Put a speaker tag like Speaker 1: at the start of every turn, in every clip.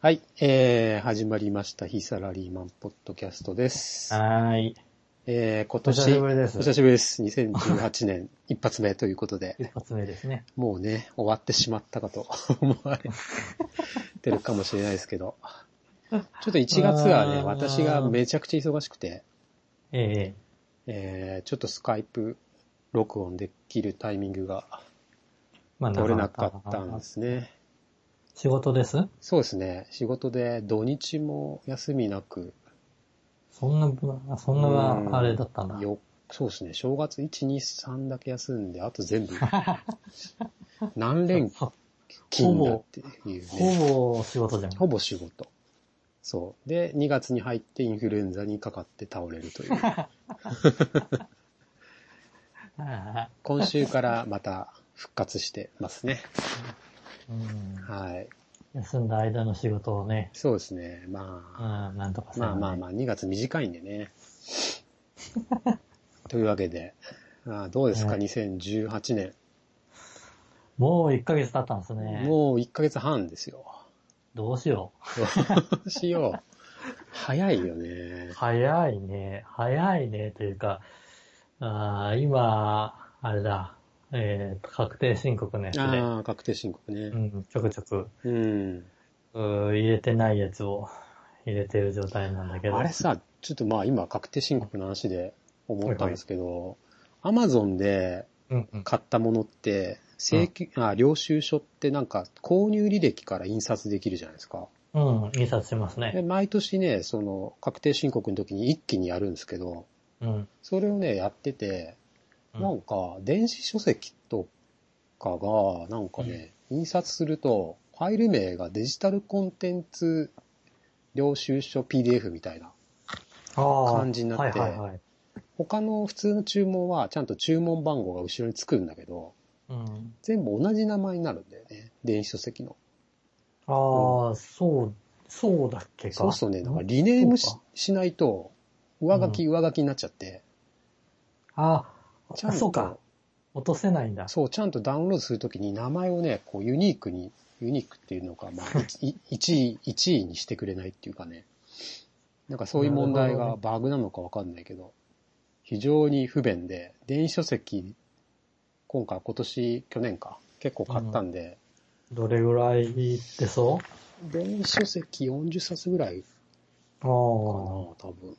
Speaker 1: はい、えー、始まりました。非サラリーマンポッドキャストです。
Speaker 2: はーい。
Speaker 1: えー、今
Speaker 2: お
Speaker 1: 年、
Speaker 2: 久しぶりです。
Speaker 1: お久しぶりです。2018年一発目ということで、
Speaker 2: 一発目ですね。
Speaker 1: もうね、終わってしまったかと 思われてるかもしれないですけど、ちょっと1月はね、
Speaker 2: あー
Speaker 1: 私がめちゃくちゃ忙しくて、
Speaker 2: え
Speaker 1: えー、ちょっとスカイプ録音できるタイミングが
Speaker 2: えまあ
Speaker 1: 取れなかったんで。すね。
Speaker 2: 仕事です
Speaker 1: そうですね。仕事で土日も休みなく、
Speaker 2: そんな、そん
Speaker 1: うん
Speaker 2: な、あれだったな。
Speaker 1: よ、そうですね。正月1、2、3だけ休んで、あと全 部、何連
Speaker 2: ほ
Speaker 1: 勤だっていうね。
Speaker 2: ほぼ仕事じゃん。
Speaker 1: ほぼ仕事。そう。で、2月に入ってインフルエンザにかかって倒れるという。
Speaker 2: ああ
Speaker 1: 今週からまた復活してますね。
Speaker 2: うん
Speaker 1: はい。
Speaker 2: 休んだ間の仕事をね、
Speaker 1: そうですね。
Speaker 2: うん、
Speaker 1: ま
Speaker 2: なんとか
Speaker 1: あ、まあまあ
Speaker 2: あ。
Speaker 1: まあ、2月短いんで ね。というわけで、あどうですか、
Speaker 2: はい
Speaker 1: 2018年。
Speaker 2: もう1ヶ月経ったんですね。
Speaker 1: もう1ヶ月半ですよ。
Speaker 2: どうしよ
Speaker 1: どう しよう。早いよね
Speaker 2: う。。早いね。早いね。というか、ああ今、あれだ。えーと、確定申告のやつで、
Speaker 1: ああ、確定申告
Speaker 2: う
Speaker 1: ね。
Speaker 2: ん、ちょくちょく
Speaker 1: うん。
Speaker 2: うー入れてないやつを入れてる状態なんだけど。
Speaker 1: あれさ、ちょっとまあ今確定申告の話で思ったんですけど、アマゾンで
Speaker 2: うんうん。
Speaker 1: 買ったものって、請求、あ、領収書ってなんか購入履歴から印刷できるじゃないですか。
Speaker 2: うん、印刷します
Speaker 1: で
Speaker 2: ね。
Speaker 1: 毎年ね、その確定申告の時に一気にやるんですけど、
Speaker 2: うん。
Speaker 1: それをね、やってて、
Speaker 2: うん
Speaker 1: なんか電子書籍とかが、なんかね、印刷すると、ファイル名がデジタルコンテンツ領収書 PDF みたいな。
Speaker 2: ああ
Speaker 1: 感じになって
Speaker 2: はいはいはい。
Speaker 1: 他の普通の注文はちゃんと注文番号が後ろにつくんだけど、
Speaker 2: うん。
Speaker 1: 全部同じ名前になるんだよね。電子書籍の。
Speaker 2: ああ、そう、そうだっけか。
Speaker 1: そうするとね、なんかリネームし
Speaker 2: そうか
Speaker 1: しないと、上書き上書きになっちゃって、
Speaker 2: あ
Speaker 1: ちゃん
Speaker 2: あ、
Speaker 1: と
Speaker 2: そうか。落とせないんだ。
Speaker 1: そう、ちゃんとダウンロードするときに名前をね、こうユニークに、ユニークっていうの か、まあ、1位、1位にしてくれないっていうかね。なんかそういう問題
Speaker 2: なる
Speaker 1: が
Speaker 2: ほ
Speaker 1: バグなのかわかんないけど、非常に不便で、電子書籍、今回、今年、去年か、結構買ったんで、
Speaker 2: どれぐらいいってそう
Speaker 1: 電子書籍40冊ぐらいか
Speaker 2: ああ
Speaker 1: な、多分。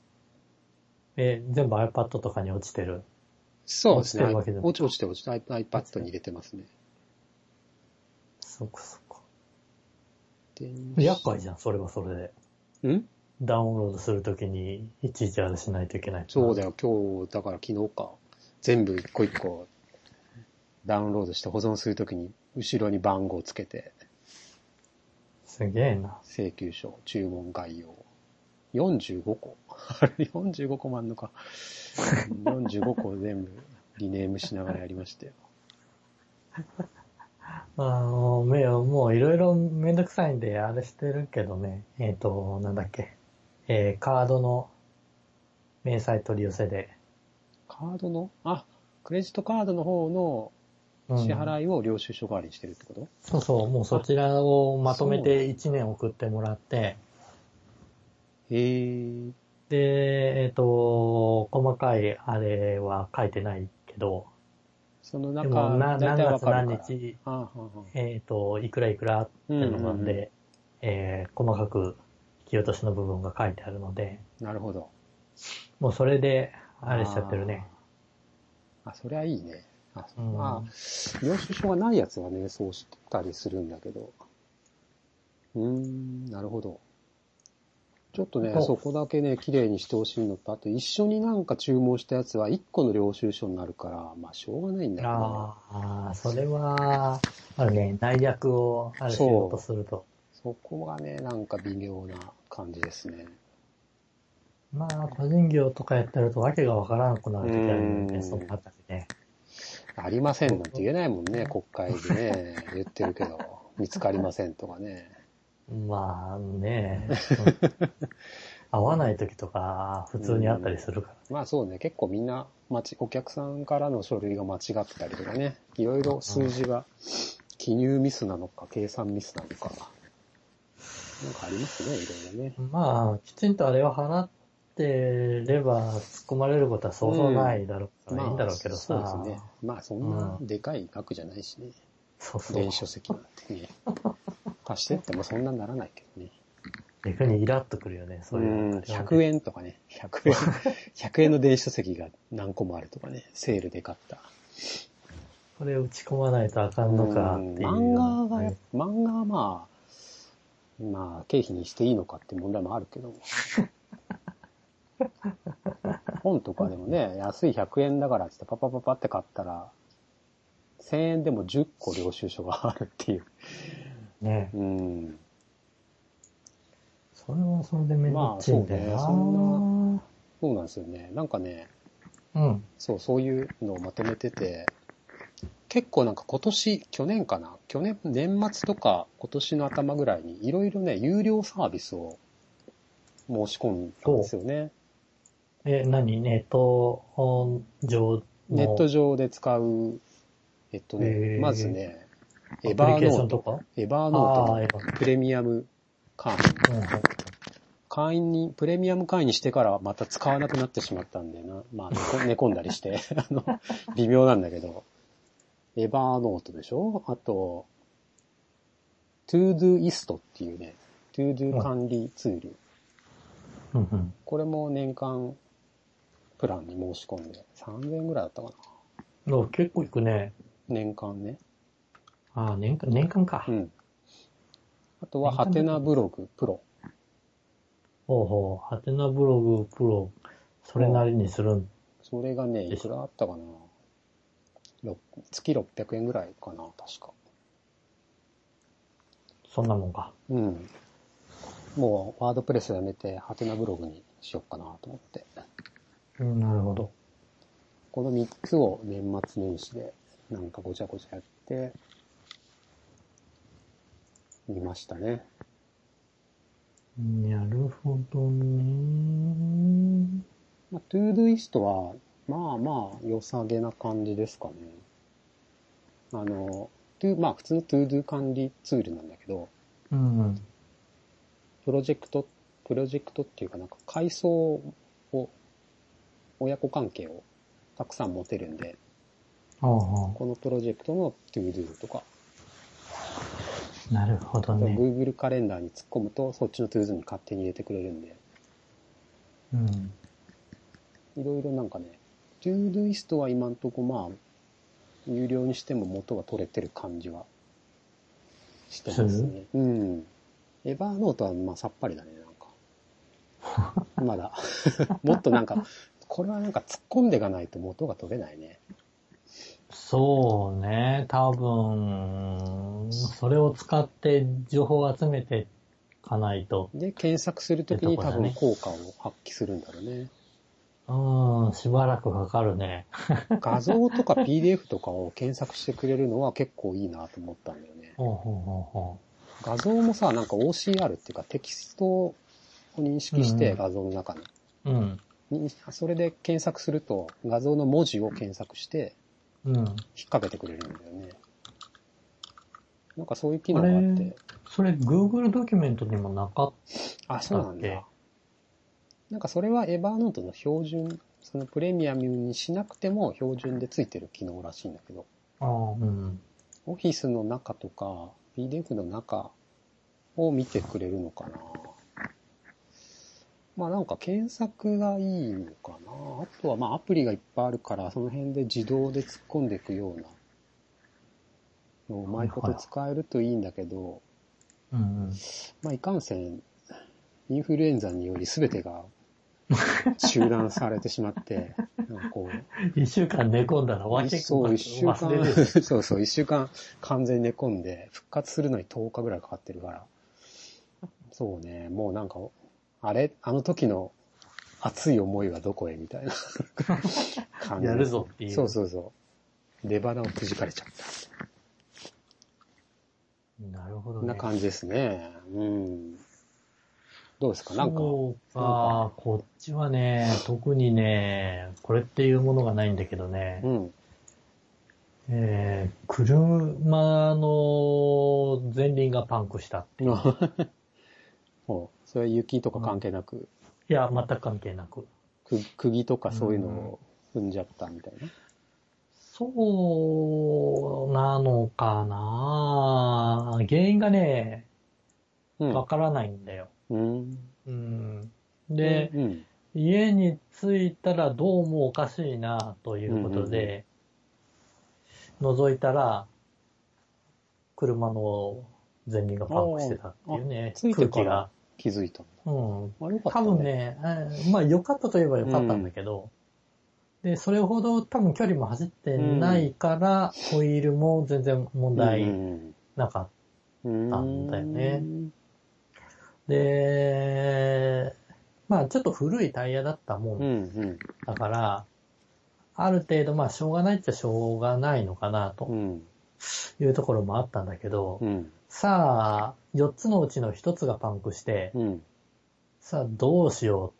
Speaker 2: え、全部 iPad とかに落ちてる。
Speaker 1: そうですね。
Speaker 2: 落ちてるわけじゃない
Speaker 1: 落ち落ちて落ちて、iPad に入れてますね。
Speaker 2: そっかそっか。
Speaker 1: 電子
Speaker 2: 厄介じゃん、それはそれで。
Speaker 1: ん
Speaker 2: ダウンロードするときに、いちいちあれしないといけない。
Speaker 1: そうだ
Speaker 2: よ。
Speaker 1: よ、今日、だから昨日か。全部一個一個ダウンロードして保存するときに、後ろに番号つけて、
Speaker 2: すげえな。
Speaker 1: 請求書、注文概要。45個。 あれ、45個もあんのか。45個全部リネームしながらやりましたよ。
Speaker 2: あの、めもういろいろめんどくさいんで、あれしてるけどね。えっ、と、なんだっけ。えーカードの明細取り寄せで。
Speaker 1: カードのあ、クレジットカードの方の
Speaker 2: うん
Speaker 1: 支払いを領収書代わりにしてるってこと、
Speaker 2: そうそう、もうそちらをまとめ
Speaker 1: そうな
Speaker 2: て1年送ってもらって、
Speaker 1: へえ。
Speaker 2: で、えっ、と、細かいあれは書いてないけど、
Speaker 1: その
Speaker 2: で
Speaker 1: 中、
Speaker 2: もな
Speaker 1: 大
Speaker 2: 何
Speaker 1: 体わ
Speaker 2: 月
Speaker 1: か
Speaker 2: 何
Speaker 1: るから。
Speaker 2: 日、
Speaker 1: あはんはん
Speaker 2: えっ、と、いくらいくらってのなんで、
Speaker 1: うんうん
Speaker 2: えー細かく引き落としの部分が書いてあるので、
Speaker 1: なるほど。
Speaker 2: もうそれで、あれしちゃってるね。
Speaker 1: あー。あ、そりゃいいね。あ、
Speaker 2: うん
Speaker 1: まあ、領収書がないやつはね、そうしたりするんだけど。うーん、なるほど。ちょっとね、
Speaker 2: そう
Speaker 1: そこだけね、綺麗にしてほしいのと、あと一緒になんか注文したやつは1個の領収書になるから、まあしょうがないんだけど、
Speaker 2: ああ、それは、あるね、内役をある仕事すると。
Speaker 1: そこがね、なんか微妙な感じですね。
Speaker 2: まあ、個人業とかやってるとわけがわからなくなる時あるよ
Speaker 1: う
Speaker 2: ね、
Speaker 1: ん
Speaker 2: そのあたりね。
Speaker 1: ありませんなんて言えないもんね、国会でね、言ってるけど、見つかりませんとかね。
Speaker 2: まあ ね、合わない時とか、普通にあったりするから。
Speaker 1: まあそうね、結構みんな、まち、お客さんからの書類が間違ってたりとかね、いろいろ数字が記入ミスなのか、計算ミスなのか、なんかありますね、いろいろね。
Speaker 2: まあ、きちんとあれを払ってれば突っ込まれることはそうそうないだろうから、
Speaker 1: まあ
Speaker 2: いいんだろうけどさ。
Speaker 1: そうですね。まあそんなでかい額じゃないしね。
Speaker 2: そうそう。
Speaker 1: 電子書籍なんてね。貸してってもそんなにならないけどね。
Speaker 2: 逆にイラッとくるよね、そういうの
Speaker 1: ん
Speaker 2: あたりはね。
Speaker 1: 100円とかね。100円。100円の電子書籍が何個もあるとかね。セールで買った。
Speaker 2: これ打ち込まないとあかんのかっていう。
Speaker 1: うん漫画がやっぱ、漫画はまあ、まあ、経費にしていいのかって問題もあるけ ど。本とかでもね、安い100円だからって言ってパパパパって買ったら、1000円でも10個領収書があるっていう。
Speaker 2: ね。
Speaker 1: うん。
Speaker 2: それはそれでめんどくちいんだよな。
Speaker 1: まあそうねそそうなんですよね。なんかね、
Speaker 2: うん。
Speaker 1: そう、そういうのをまとめてて、結構なんか今年、去年かな去年、年末とか今年の頭ぐらいにいろいろね、有料サービスを申し込んだんですよね。
Speaker 2: え、何ネット上の
Speaker 1: ネット上で使う、えっと
Speaker 2: へ
Speaker 1: ね、
Speaker 2: ー
Speaker 1: まずね、エ
Speaker 2: アプ
Speaker 1: バ
Speaker 2: リ
Speaker 1: ー
Speaker 2: ケー
Speaker 1: ノ
Speaker 2: ショ
Speaker 1: ー
Speaker 2: ンと
Speaker 1: ト、
Speaker 2: か
Speaker 1: エバーノー
Speaker 2: あ
Speaker 1: ト
Speaker 2: あ、
Speaker 1: の
Speaker 2: えば。
Speaker 1: プレミアム会員。
Speaker 2: うんうん。
Speaker 1: 会員に、プレミアム会員にしてからまた使わなくなってしまったんでな。まあ、 寝込寝込んだりして、 あの、微妙なんだけど。エバーノートでしょあと、トゥードゥイストっていうね、トゥードゥ管理ツール。
Speaker 2: うんうん。
Speaker 1: これも年間プランに申し込んで、3000円ぐらいだったかな。
Speaker 2: お結構いくね。
Speaker 1: 年間ね。
Speaker 2: ああ、年間、年間か
Speaker 1: う。ん。あとは、
Speaker 2: 年
Speaker 1: ハ
Speaker 2: 間だ
Speaker 1: テナブログプロ。
Speaker 2: ほうほう。ハテナブログ、プロ、それなりにするん。
Speaker 1: それがね、いくらあったかなろ月600円ぐらいかな、確か。
Speaker 2: そんなもんか。
Speaker 1: うん。もう、ワードプレスやめて、ハテナブログにしよっかなと思って。
Speaker 2: うん、なるほど。
Speaker 1: この3つを年末年始で、なんかごちゃごちゃやって、見ましたね。
Speaker 2: なるほどね。
Speaker 1: まあ、トゥードゥイストは、まあまあ、良さげな感じですかね。あの、トゥまあ普通のトゥードゥ管理ツールなんだけど、
Speaker 2: うん。
Speaker 1: プロジェクト、プロジェクトっていうかなんか階層を、親子関係をたくさん持てるんで、
Speaker 2: ほうほ
Speaker 1: このプロジェクトの ToDo とか、
Speaker 2: う。なるほど
Speaker 1: あと
Speaker 2: ね。
Speaker 1: Google カレンダーに突っ込むと、そっちの ToDo に勝手に入れてくれるんで、
Speaker 2: うん。
Speaker 1: いろいろなんかね、ToDoist は今んとこまあ、有料にしても元が取れてる感じはしてますね。うん。エバーノートはまあさっぱりだね、 なんか。まだ。 もっとなんか、これはなんか突っ込んでいかないと元が取れないね。
Speaker 2: そうね。多分、それを使って情報を集めていかないと。
Speaker 1: で、検索するときに
Speaker 2: っ
Speaker 1: 多
Speaker 2: てとこだ
Speaker 1: 分
Speaker 2: ね
Speaker 1: 効果を発揮するんだろうね。
Speaker 2: うん、しばらくかかるね。
Speaker 1: 画像とか PDF とかを検索してくれるのは結構いいなと思ったんだよね。
Speaker 2: ほうほうほうほ
Speaker 1: 画像もさ、なんか OCR っていうかテキストを認識し
Speaker 2: うん
Speaker 1: て
Speaker 2: うん
Speaker 1: 画像の中に。
Speaker 2: う。うん。
Speaker 1: にそれで検索すると画像の文字を検索して
Speaker 2: うん。
Speaker 1: 引っ掛けてくれるんだよね。なんかそういう機能があ
Speaker 2: あ
Speaker 1: って
Speaker 2: れ。それ Google ドキュメントにもなかっ
Speaker 1: あそうなん
Speaker 2: だっ
Speaker 1: だ。なんかそれはエバーノートの標準、そのプレミアムにしなくても標準でついてる機能らしいんだけど。
Speaker 2: た。ああ、うん。
Speaker 1: オフィスの中とか、PDF の中を見てくれるのかな。まあなんか検索がいいのかな。あとはまあアプリがいっぱいあるから、その辺で自動で突っ込んでいくようなのをうまいこと使えるといいんだけど、
Speaker 2: うんうん。
Speaker 1: まあいかんせん、インフルエンザにより全てが中断されてしまって、なんかこう、
Speaker 2: 一週間寝込んだら終わって
Speaker 1: そう、一週間
Speaker 2: 忘れるよ、
Speaker 1: そうそう、一週間完全に寝込んで、復活するのに10日ぐらいかかってるから。そうね、もうなんか、あれあの時の熱い思いはどこへみたいな感
Speaker 2: やるぞっていう。
Speaker 1: そうそうそう。出花をくじかれちゃった。
Speaker 2: なるほど
Speaker 1: こん
Speaker 2: ね。
Speaker 1: な感じですね。うん。どうですかなんか、
Speaker 2: そう
Speaker 1: なんか
Speaker 2: か、こっちはね、特にね、これっていうものがないんだけどね
Speaker 1: う、ん。
Speaker 2: えー、車の前輪がパンクしたっていう。
Speaker 1: おそれは雪とか関係なく、
Speaker 2: いや、全く関係なく。
Speaker 1: く釘とかそういうのを踏んじゃったみたいな。
Speaker 2: そうなのかな原因がね、
Speaker 1: うん。
Speaker 2: わからないんだよ。
Speaker 1: うん。
Speaker 2: うん。で、
Speaker 1: うん。
Speaker 2: 家に着いたらどうもおかしいなということで、覗いたら、車の前輪がパンクしてたっていうね、
Speaker 1: あ着いて
Speaker 2: 空
Speaker 1: か
Speaker 2: 気が
Speaker 1: ら。気づいたんだ。
Speaker 2: うん。
Speaker 1: あ、よかった、
Speaker 2: 多分。ね、うんまあ良かったといえば良かったんだけど、で、それほど多分距離も走ってないから、ホイールも全然問
Speaker 1: う
Speaker 2: 題
Speaker 1: ん。
Speaker 2: なかっ
Speaker 1: うん。
Speaker 2: なんだよねた。で、まあちょっと古いタイヤだったもん
Speaker 1: うん。うん。
Speaker 2: だから、ある程度、まあ、しょうがないっちゃしょうがないのかな、
Speaker 1: う
Speaker 2: と
Speaker 1: ん。
Speaker 2: いうところもあったんだけど、
Speaker 1: うん。
Speaker 2: さあ、4つのうちの1つがパンクして、
Speaker 1: うん。
Speaker 2: さあ、どうしよ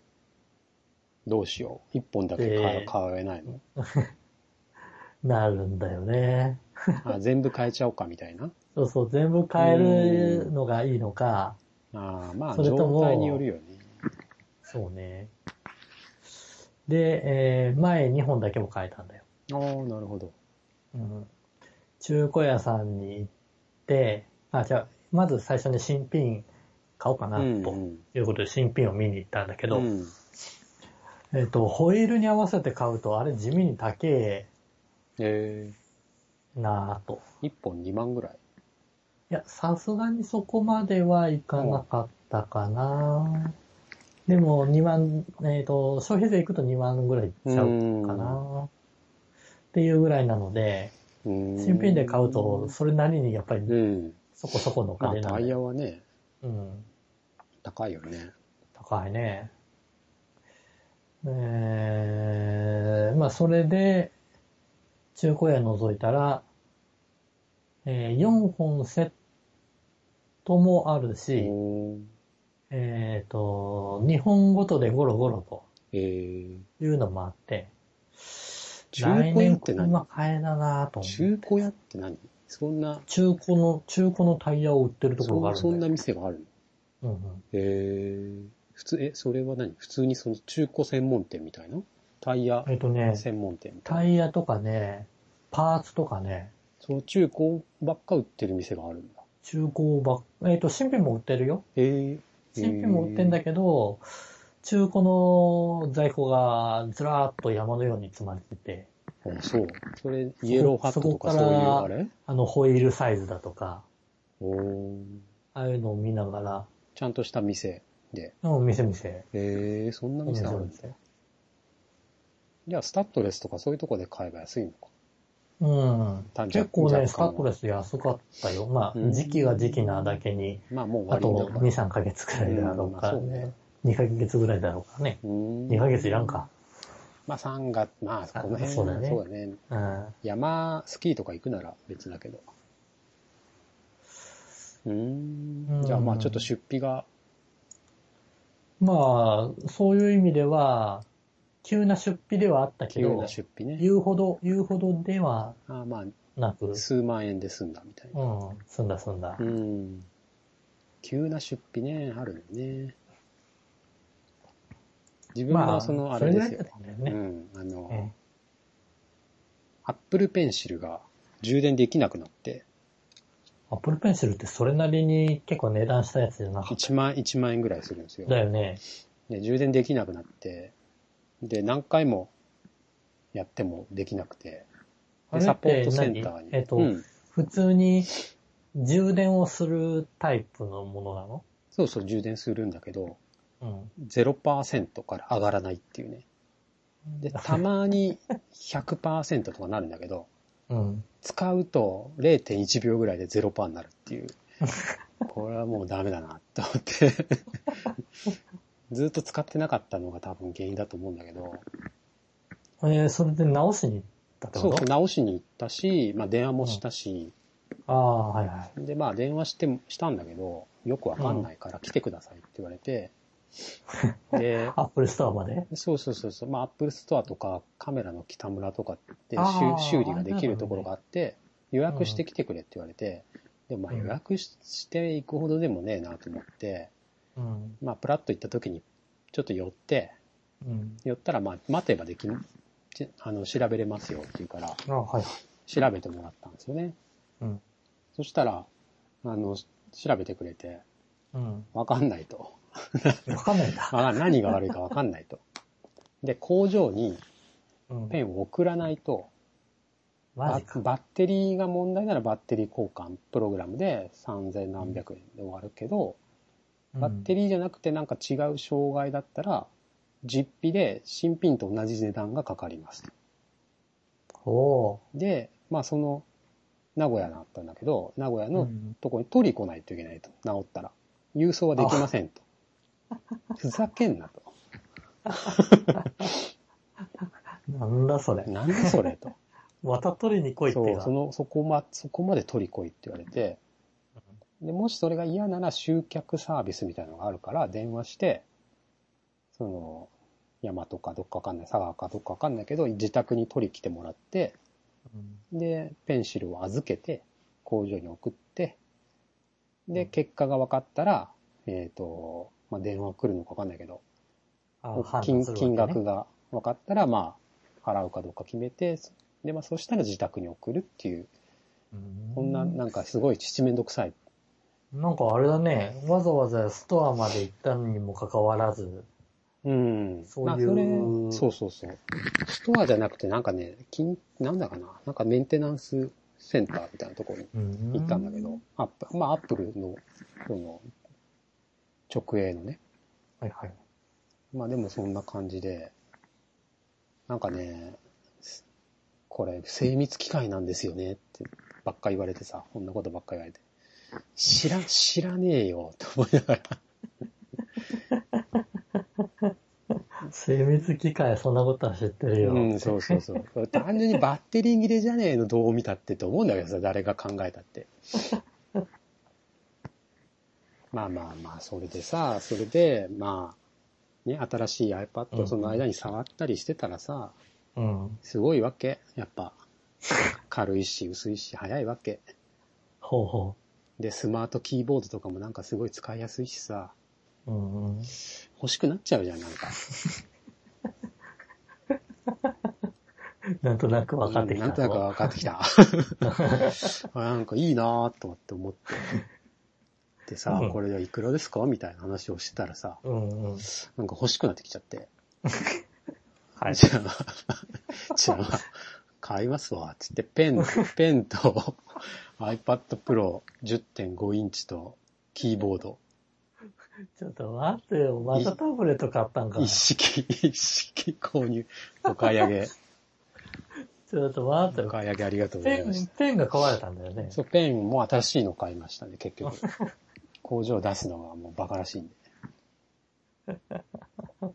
Speaker 1: どうしよう。一本だけ買え買えないの。
Speaker 2: う、なるんだよね。
Speaker 1: あ、全部変えちゃおうかみたいな。
Speaker 2: そうそう、全部変えるのがいいのか、
Speaker 1: ああ、まあ、
Speaker 2: それとも
Speaker 1: 状態によるよね。
Speaker 2: そうね。で、えー前2本だけも変えたんだよ。
Speaker 1: ああ、なるほど。
Speaker 2: うん、中古屋さんに行って、あ、じゃあ、まず最初に新品買おうかな、と。
Speaker 1: うん
Speaker 2: ということで新品を見に行ったんだけ
Speaker 1: う
Speaker 2: ど、
Speaker 1: ん。
Speaker 2: えっ、と、ホイールに合わせて買うと、あれ地味に高え
Speaker 1: え
Speaker 2: なぁと。
Speaker 1: ー、一本2万ぐらい。
Speaker 2: いや、さすがにそこまではいかなかったかなぁ。でも、2万、えっ、と、消費税いくと2万ぐらいいっちゃうかなぁ。っていうぐらいなので、
Speaker 1: うん。
Speaker 2: 新品で買うと、それなりにやっぱり
Speaker 1: うん。
Speaker 2: そこそこのお
Speaker 1: ま
Speaker 2: 金
Speaker 1: あ、
Speaker 2: な
Speaker 1: タ
Speaker 2: ん
Speaker 1: イ
Speaker 2: で。
Speaker 1: ヤはね、
Speaker 2: うん。
Speaker 1: 高いよね。
Speaker 2: 高いね。えー、まあそれで、中古屋覗いたら、えー4本セットもあるし、
Speaker 1: おー
Speaker 2: えっ、と、2本ごとでゴロゴロ
Speaker 1: えー、
Speaker 2: というのもあって、
Speaker 1: 中古屋って
Speaker 2: 来年
Speaker 1: 何
Speaker 2: 車買えだなと思う。
Speaker 1: 中古屋って何そんな、
Speaker 2: 中古の、中古のタイヤを売ってるところがあ
Speaker 1: そ
Speaker 2: るん
Speaker 1: そ
Speaker 2: だ
Speaker 1: んな
Speaker 2: よ。
Speaker 1: 店があるの
Speaker 2: うんうん
Speaker 1: えー、普通、え、それは何普通にその中古専門店みたいなタイヤ
Speaker 2: えっ、とね、
Speaker 1: 専門店みたいな。
Speaker 2: タイヤとかね、パーツとかね、
Speaker 1: その中古ばっか売ってる店があるんだ。
Speaker 2: 中古ばっ、えっ、と、新品も売ってるよ。
Speaker 1: えー、
Speaker 2: 新品も売ってんだけど、中古の在庫がずらーっと山のように積まれてて、
Speaker 1: ど。あそう。それ、イエローハットとか
Speaker 2: そ
Speaker 1: そ
Speaker 2: こ
Speaker 1: うい
Speaker 2: か
Speaker 1: う
Speaker 2: ら
Speaker 1: あれ
Speaker 2: あの、ホイールサイズだとか、
Speaker 1: おー
Speaker 2: ああいうのを見ながら、
Speaker 1: ちゃんとした店で。
Speaker 2: うん、店店。
Speaker 1: えー、そんな店あるんだ。
Speaker 2: よ。
Speaker 1: じゃあ、スタッドレスとかそういうとこで買えば安いのか。
Speaker 2: うん。
Speaker 1: 単
Speaker 2: 結
Speaker 1: 純
Speaker 2: 構
Speaker 1: 若干
Speaker 2: ね、
Speaker 1: は
Speaker 2: スタッドレス安かったよ。ま
Speaker 1: う
Speaker 2: あ、
Speaker 1: ん
Speaker 2: 時期が時期なだけに、
Speaker 1: まあ、もう
Speaker 2: あ
Speaker 1: 割りだ
Speaker 2: と
Speaker 1: から。
Speaker 2: 2、3ヶ月くらいだろうから
Speaker 1: うんまあそう
Speaker 2: ね
Speaker 1: ね。
Speaker 2: 2ヶ月ぐらいだろうからね。2
Speaker 1: 2
Speaker 2: ヶ月いらんか。。
Speaker 1: まあ、3月、まあ、
Speaker 2: あ
Speaker 1: この辺
Speaker 2: そうだね
Speaker 1: そうだね。
Speaker 2: うん。
Speaker 1: 山、スキーとか行くなら別だけど。うー
Speaker 2: うん
Speaker 1: ん。じゃあ、まあ、ちょっと出費が、
Speaker 2: まあ、そういう意味では、急な出費ではあったけ
Speaker 1: 急
Speaker 2: ど
Speaker 1: な、出費ね。
Speaker 2: 言うほど、言うほどでは
Speaker 1: あま
Speaker 2: なく、う
Speaker 1: あ、数万円で済んだみたいな。
Speaker 2: ん、済んだ済んだ
Speaker 1: う。ん。急な出費ね、あるよね。自分
Speaker 2: まあ、
Speaker 1: はそ
Speaker 2: そ
Speaker 1: の、あ
Speaker 2: れ
Speaker 1: れで
Speaker 2: ぐらい
Speaker 1: す
Speaker 2: だ
Speaker 1: よ
Speaker 2: っ。たんだよ
Speaker 1: う
Speaker 2: ね。
Speaker 1: ん。あの、
Speaker 2: うん
Speaker 1: アップルペンシルが充電できなくなって、
Speaker 2: アップルペンシルってそれなりに結構値段したやつじゃなかっ
Speaker 1: 1万、1万円ぐらいするんですよ
Speaker 2: た。。だよね。
Speaker 1: で、充電できなくなって、で、何回もやってもできなくて、で、
Speaker 2: あれ
Speaker 1: サ
Speaker 2: っ
Speaker 1: ポー
Speaker 2: て
Speaker 1: トセ
Speaker 2: 何
Speaker 1: ンターに。
Speaker 2: えっと
Speaker 1: うん、
Speaker 2: 普通に充電をするタイプのものなの
Speaker 1: そうそう、充電するんだけど、
Speaker 2: うん。
Speaker 1: 0%から上がらないっていうね。で、 たまに100%とかなるんだけど、
Speaker 2: うん。
Speaker 1: 使うと0.1秒ぐらいで0%になるっていう。これはもうダメだなって思って。 ずっと使ってなかったのが多分原因だと思うんだけど、
Speaker 2: えー、それで直しに行ったって
Speaker 1: そ
Speaker 2: こ
Speaker 1: うそう、
Speaker 2: と
Speaker 1: 直しに行ったし、まあ電話もしたし、
Speaker 2: ああ、はいはい。
Speaker 1: でまあ電話しても、したんだけど、よくわかんないから来てくださいって言われて、 で、
Speaker 2: アップルストアまで
Speaker 1: そうそうそうそう。まあ、アップルストアとか、カメラの北村とかって
Speaker 2: あー
Speaker 1: 修修理ができるところがあって、予約してきてくれって言われて、でもまあ
Speaker 2: うん
Speaker 1: 予約ししていくほどでもねえなと思って、
Speaker 2: うん。
Speaker 1: まあ、プラッと行った時に、ちょっと寄って、
Speaker 2: うん。
Speaker 1: 寄ったら、まあ、待てばでき、ちあの、調べれますよって言うから、
Speaker 2: あ、はい。
Speaker 1: 調べてもらったんですよね。
Speaker 2: うん。
Speaker 1: そしたら、あの、調べてくれて、
Speaker 2: うん。
Speaker 1: わかんないと。
Speaker 2: わかんないんだ。
Speaker 1: あ何が悪いかわかんないと。で、工場に
Speaker 2: うん。
Speaker 1: ペンを送らないと、
Speaker 2: マ
Speaker 1: バ
Speaker 2: ジか。
Speaker 1: バッテリーが問題ならバッテリー交換プログラムで3000何百円で終わるけど、バッテ
Speaker 2: リ
Speaker 1: リーじゃなくてなんか違う障害だったら、実費で新品と同じ値段がかかりますと。
Speaker 2: ー。お
Speaker 1: で、まあその、名古屋だったんだけど、名古屋
Speaker 2: ー。う
Speaker 1: の
Speaker 2: ん。
Speaker 1: とこに取り来ないといけないと、治ったら。郵送はできません と。ふざけんなと。
Speaker 2: なんだそれ。
Speaker 1: なんでそれと。
Speaker 2: 渡っ取りに来いって
Speaker 1: そ
Speaker 2: いう
Speaker 1: う、
Speaker 2: か
Speaker 1: その、そこま、そこまで取り来いって言われて、で、もしそれが嫌なら集客サービスみたいなのがあるから、電話して、その、山とかどっかわかんない、佐賀かどっかわかんないけど、自宅に取り来てもらって、
Speaker 2: うん
Speaker 1: で、ペンシルを預けて、工場に送って、
Speaker 2: う
Speaker 1: で、
Speaker 2: ん
Speaker 1: 結果が分かったら、えっ、と、まあ、電話来るのか分かんないけど、
Speaker 2: あー判
Speaker 1: 金
Speaker 2: 断するわけね
Speaker 1: 金額が分かったら、まあ、払うかどうか決めて、で、まあ、そしたら自宅に送るっていう、
Speaker 2: うん
Speaker 1: こんな、なんかすごい七面倒くさい。
Speaker 2: なんかあれだね、わざわざストアまで行ったにもかかわらず、
Speaker 1: うん。
Speaker 2: そういう
Speaker 1: まあそれそうそうそう。ストアじゃなくて、なんかね、金、なんだかな、なんかメンテナンスセンターみたいなところに行ったんだけど、アップ、まあ、アップルの、その、直営のね。
Speaker 2: はいはい。
Speaker 1: まあでもそんな感じで、なんかね、すこれ精密機械なんですよねってばっか言われてさ、こんなことばっか言われて。知ら、知らねえよと思いながら。
Speaker 2: 精密機械、そんなことは知ってるよ。
Speaker 1: うん、そうそうそう。単純にバッテリー切れじゃねえのどう見たってと思うんだけどさ、誰が考えたって。 まあまあまあ、それでさ、それで、まあ、ね、新しい iPad をその間に触ったりしてたらさ、
Speaker 2: うん。
Speaker 1: すごいわけ。やっぱ、軽いし、薄いし、速いわけ。
Speaker 2: ほうほ
Speaker 1: で、スマートキーボードとかもなんかすごい使いやすいしさ、
Speaker 2: う。うんうん。
Speaker 1: 欲しくなっちゃうじゃん、なんか。
Speaker 2: なんとなく分かってきた。
Speaker 1: なんとなく分かってき た。あなんかいいなーとかって思って。でさ
Speaker 2: うん、
Speaker 1: これいくらですかみたいな話をしてたらさ、
Speaker 2: うんうん。
Speaker 1: なんか欲しくなってきちゃって。
Speaker 2: はい。
Speaker 1: じゃあ、じゃあ、買いますわ。つって、ペン、ペンと iPad Pro 10.5インチとキーボード。
Speaker 2: ちょっと待ってよ。またタブレット買ったんかな。
Speaker 1: 一
Speaker 2: ち
Speaker 1: 式、一式購入。お買い上 げ、
Speaker 2: ょっと待って
Speaker 1: お
Speaker 2: よ。
Speaker 1: 買い上げありがとうござ
Speaker 2: ペ
Speaker 1: いまし
Speaker 2: ン
Speaker 1: た。、
Speaker 2: ペンが壊れたんだよね。
Speaker 1: そう、ペンも新しいの買いましたね、結 局。工場出すのがもうバカらしいんで。
Speaker 2: う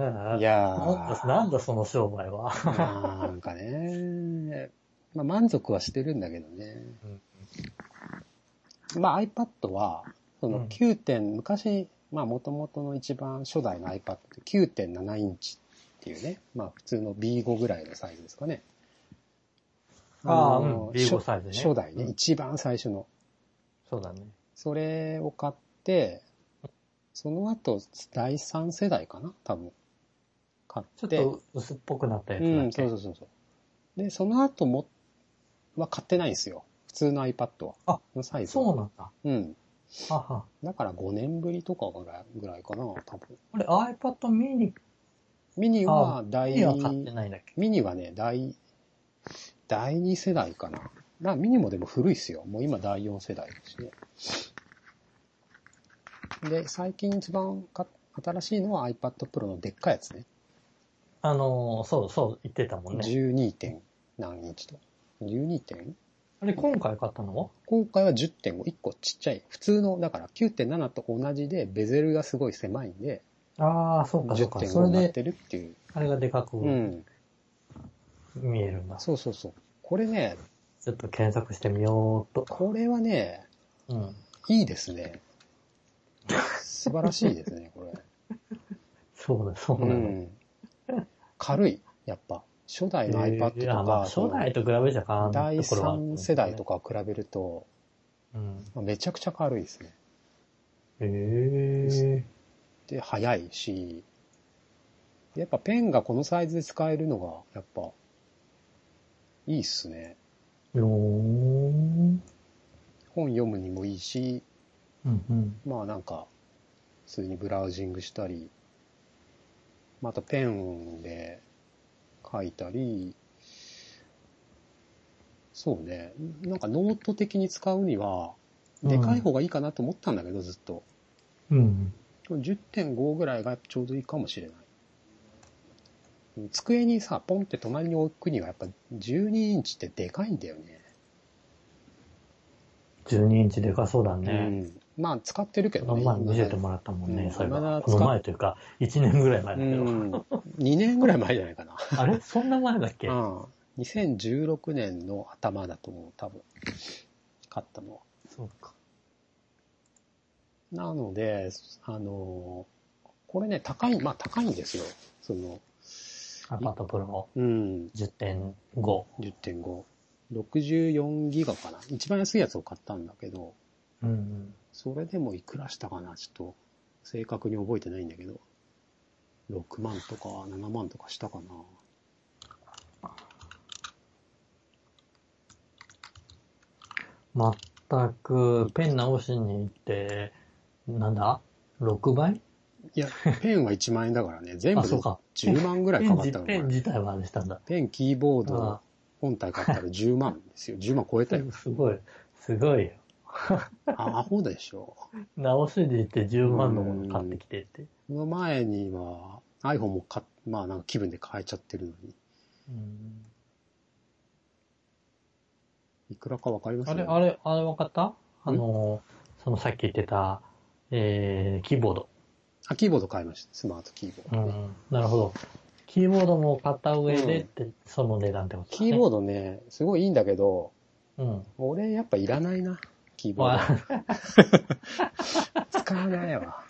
Speaker 2: ん
Speaker 1: いや
Speaker 2: なんだ、
Speaker 1: ー、
Speaker 2: なんだその商売は。
Speaker 1: なんかね、まあ満足はしてるんだけどね。まあ iPad は、そ
Speaker 2: うん
Speaker 1: の9点、昔、まあ元々の一番初代の iPad って9.7インチっていうね、まあ普通の B5 ぐらいのサイズですかね。
Speaker 2: ああ、う
Speaker 1: の
Speaker 2: ん。B5 サイズね。
Speaker 1: 初代ね、
Speaker 2: うん
Speaker 1: 一番最初の。
Speaker 2: そうだね。
Speaker 1: それを買って、その後、第3世代かな多分。買
Speaker 2: ちょ
Speaker 1: っ。
Speaker 2: ってと薄っぽくなったやつ
Speaker 1: う
Speaker 2: だっ
Speaker 1: ん、
Speaker 2: け
Speaker 1: そうそうそうそう。で、その後も、は買ってないんですよ。普通の iPad は。
Speaker 2: あ、
Speaker 1: のサイズは。
Speaker 2: そうなんだ。
Speaker 1: うん。
Speaker 2: はは。
Speaker 1: だから5年ぶりとかぐらいぐらいかな、多分。
Speaker 2: これ iPad mini
Speaker 1: ミニは第、
Speaker 2: には買ってないんだっけ
Speaker 1: ミニはね、第、第2世代かな。まあ、ミニもでも古いっすよ。もう今第4世代ですね。で、最近一番か新しいのは iPad Pro のでっかいやつね。
Speaker 2: あのー、そうそう、言ってたもんね。
Speaker 1: 12. 点何インチと。12点
Speaker 2: あれ、今回買ったの
Speaker 1: 今回は10.5。1個ちっちゃい。普通の、だから9.7と同じで、ベゼルがすごい狭いんで、
Speaker 2: ああ、そうか、そうか。そ
Speaker 1: 10.5
Speaker 2: れ
Speaker 1: になっ
Speaker 2: で、
Speaker 1: てるっていう。
Speaker 2: あれがでかく
Speaker 1: うん。
Speaker 2: 見えるんだ。
Speaker 1: そうそうそう。これね、
Speaker 2: ちょっと検索してみようっと。
Speaker 1: これはね、
Speaker 2: うん。
Speaker 1: いいですね。素晴らしいですね、これ。
Speaker 2: そうだ、そう
Speaker 1: う
Speaker 2: なの。
Speaker 1: ん。軽い、やっぱ。初代の iPad
Speaker 2: い
Speaker 1: と
Speaker 2: や
Speaker 1: か、
Speaker 2: まあ初代と比べちゃ変わんな
Speaker 1: 第
Speaker 2: いところはある
Speaker 1: 3
Speaker 2: んだけどね。
Speaker 1: 世代とかを比べると、
Speaker 2: うん。
Speaker 1: まあめちゃくちゃ軽いですね。
Speaker 2: へえ。
Speaker 1: で、早いし、やっぱペンがこのサイズで使えるのが、やっぱ、いいっすね。
Speaker 2: よーん。
Speaker 1: 本読むにもいいし、
Speaker 2: うんうん。
Speaker 1: まあなんか、普通にブラウジングしたり、またペンで書いたり、そうね、なんかノート的に使うには、でかい方がいいかなと思ったんだけど、ずっと。
Speaker 2: うん。
Speaker 1: 10.5ぐらいがちょうどいいかもしれない。机にさ、ポンって隣に置くにはやっぱ12インチってでかいんだよね。
Speaker 2: 12インチでかそうだね。
Speaker 1: うん。まあ使ってるけど
Speaker 2: こ
Speaker 1: ね。
Speaker 2: の前見せてもらったもん
Speaker 1: う
Speaker 2: ね
Speaker 1: ん、
Speaker 2: それ
Speaker 1: まだ
Speaker 2: は。
Speaker 1: 使
Speaker 2: こ
Speaker 1: っ
Speaker 2: の前というか、1年ぐらい前
Speaker 1: う
Speaker 2: だけど。
Speaker 1: ん。2年ぐらい前じゃないかな。
Speaker 2: あれそんな前だっけ
Speaker 1: うん。2016年の頭だと思う、多分。買ったのは。
Speaker 2: そうか。
Speaker 1: なので、あのーこれね、高い、まあ高いんですよ。その、
Speaker 2: アパートプロ
Speaker 1: うん、
Speaker 2: 10.5。
Speaker 1: 10.5。64ギガかな。一番安いやつを買ったんだけど、
Speaker 2: うんうん。
Speaker 1: それでもいくらしたかな、ちょっと、正確に覚えてないんだけど、6万とか7万とかしたかな。
Speaker 2: まったく、ペン直しに行って、なんだ ?6 倍
Speaker 1: いや、ペンは1万円だからね、全部
Speaker 2: あ、
Speaker 1: で
Speaker 2: そうか。
Speaker 1: 10万ぐらい
Speaker 2: ペ
Speaker 1: か
Speaker 2: ン
Speaker 1: かった
Speaker 2: 自
Speaker 1: のか
Speaker 2: ペン
Speaker 1: な。
Speaker 2: 自体はあれしたんだ。
Speaker 1: ペン、キーボード
Speaker 2: あ、
Speaker 1: 本体買ったら10万ですよ。10万超えた よ。
Speaker 2: すごい、すごいよ。
Speaker 1: あ、アホでしょ。
Speaker 2: 直しに行って10万のもの買ってきてって。
Speaker 1: その前には iPhone も買っまあなんか気分で変えちゃってるのに、
Speaker 2: うん
Speaker 1: いくらかわかります
Speaker 2: あれ、あれ、あれ分かったあの、そのさっき言ってた、えー、キーボード。
Speaker 1: あ、キーボード買いました。スマートキーボー
Speaker 2: う
Speaker 1: ドね、
Speaker 2: ん、なるほど。キーボードも買った上でって、その値段ってことだね。
Speaker 1: キーボ
Speaker 2: ー
Speaker 1: ードね、すごいいいんだけど、
Speaker 2: ドうん。
Speaker 1: 俺やっぱいらないな。キーボー
Speaker 2: まあ、
Speaker 1: ド。 使わないわ。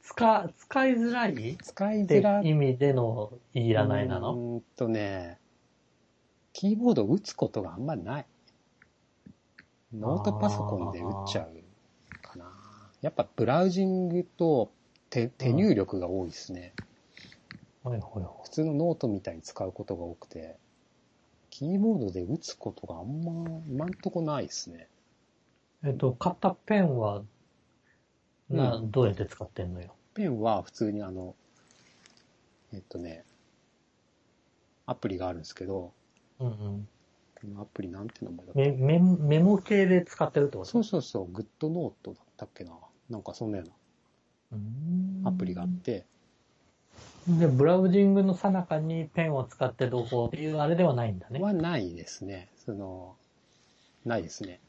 Speaker 2: 使、使いづらいっ
Speaker 1: 使い
Speaker 2: て
Speaker 1: づら
Speaker 2: 意味でのい
Speaker 1: い
Speaker 2: らないな
Speaker 1: う
Speaker 2: の
Speaker 1: ーんとね、キーボード打つことがあんまりない。ノートパソコンで打っちゃうかな。やっぱブラウジングと手手入力が多いですね。
Speaker 2: はいはいは
Speaker 1: 普通のノートみたいに使うことが多くて、キーボードで打つことがあんま、今んとこないですね。
Speaker 2: い。えっと、買ったペンは、な、
Speaker 1: う
Speaker 2: どうやって使ってんのよ。
Speaker 1: ペンは普通にあの、えっとね、アプリがあるんですけど、
Speaker 2: うんうん。
Speaker 1: このアプリなんて名前だった
Speaker 2: メメモメモ系で使ってるってこと
Speaker 1: そうそうそう、グッドノートだったっけな。なんかそんなよ
Speaker 2: う
Speaker 1: うんなアプリがあって、
Speaker 2: で、ブラウジングの最中にペンを使ってどうこうっていうあれではないんだね。
Speaker 1: はないですね。その、ないですね。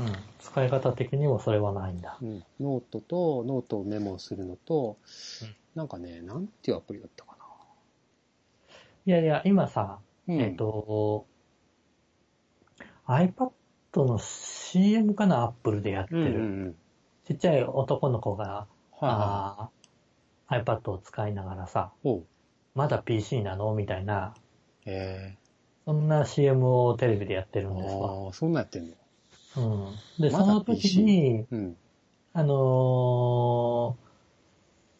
Speaker 2: うん。使い方的にもそれはないんだ。
Speaker 1: うん。ノートと、ノートをメモするのと
Speaker 2: うん、
Speaker 1: なんかね、なんていうアプリだったか
Speaker 2: いやいや、今さ、
Speaker 1: な。
Speaker 2: えっ、と、iPad の CM かな、Apple でやって
Speaker 1: うん、うんうん
Speaker 2: る。
Speaker 1: うん。
Speaker 2: ちっちゃい男の子が、
Speaker 1: はいは
Speaker 2: あー iPad を使いながらさ、
Speaker 1: い。おう
Speaker 2: まだ PC なのみたいな、
Speaker 1: へ
Speaker 2: そんな CM をテレビでやってる
Speaker 1: え
Speaker 2: んですわ。
Speaker 1: ああ、そんなんやってんの
Speaker 2: うん。で、
Speaker 1: ま
Speaker 2: そ
Speaker 1: だ
Speaker 2: の時に、
Speaker 1: うん。
Speaker 2: あのー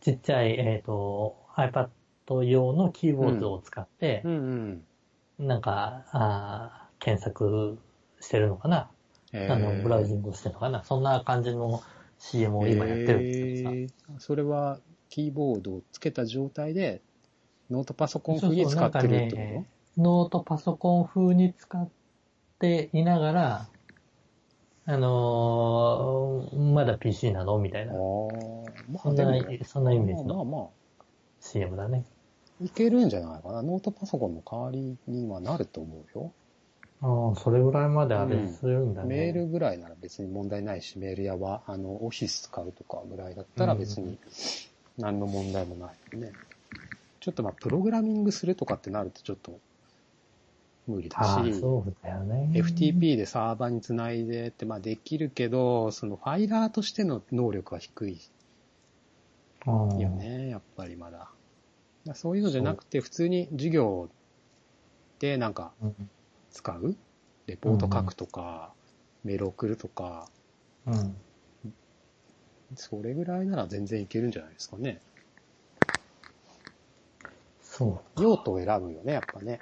Speaker 2: ちっちゃい、えっ、と、iPad 用のキーボードを使って
Speaker 1: う、んうん。
Speaker 2: なんか、あー検索してるのかな、
Speaker 1: え
Speaker 2: あの、ブラウジングをしてるのかなそんな感じの CM を今やってるんですよ
Speaker 1: えーそれは、キーボードをつけた状態で、ノートパソコン
Speaker 2: そう
Speaker 1: 風に
Speaker 2: そう
Speaker 1: 使
Speaker 2: なん
Speaker 1: ってる
Speaker 2: か
Speaker 1: ってこと、
Speaker 2: ね、ノートパソコン風に使っていながら、あのーまだ PC なのみたいな。
Speaker 1: ああ、
Speaker 2: そ
Speaker 1: まあ
Speaker 2: ん
Speaker 1: で
Speaker 2: な
Speaker 1: も、、
Speaker 2: そんなイメー
Speaker 1: ま
Speaker 2: ジ
Speaker 1: あ
Speaker 2: の
Speaker 1: まあま
Speaker 2: CM だね。
Speaker 1: あ、いけるんじゃないかな。ノートパソコンの代わりにはなると思うよ。
Speaker 2: ああ、それぐらいまであれするんだね。
Speaker 1: メールぐらいなら別に問題ないし、メールやは、あの、オフィス使うとかぐらいだったら別
Speaker 2: うんう
Speaker 1: に何の問題もないよね。ちょっとまあ、プログラミングするとかってなるとちょっと無理だ
Speaker 2: ああ、
Speaker 1: し、
Speaker 2: そうだよね。
Speaker 1: FTP でサーバーにつないでって、まあできるけど、そのファイラーとしての能力は低い
Speaker 2: うん
Speaker 1: よね、やっぱりまだ。だからそういうのじゃなくて、普通に授業でなんか
Speaker 2: うん
Speaker 1: 使うレポート書くとか、メール送るとか、
Speaker 2: うん。
Speaker 1: それぐらいなら全然いけるんじゃないですかね。
Speaker 2: そ
Speaker 1: 用途を選ぶよね、やっぱね。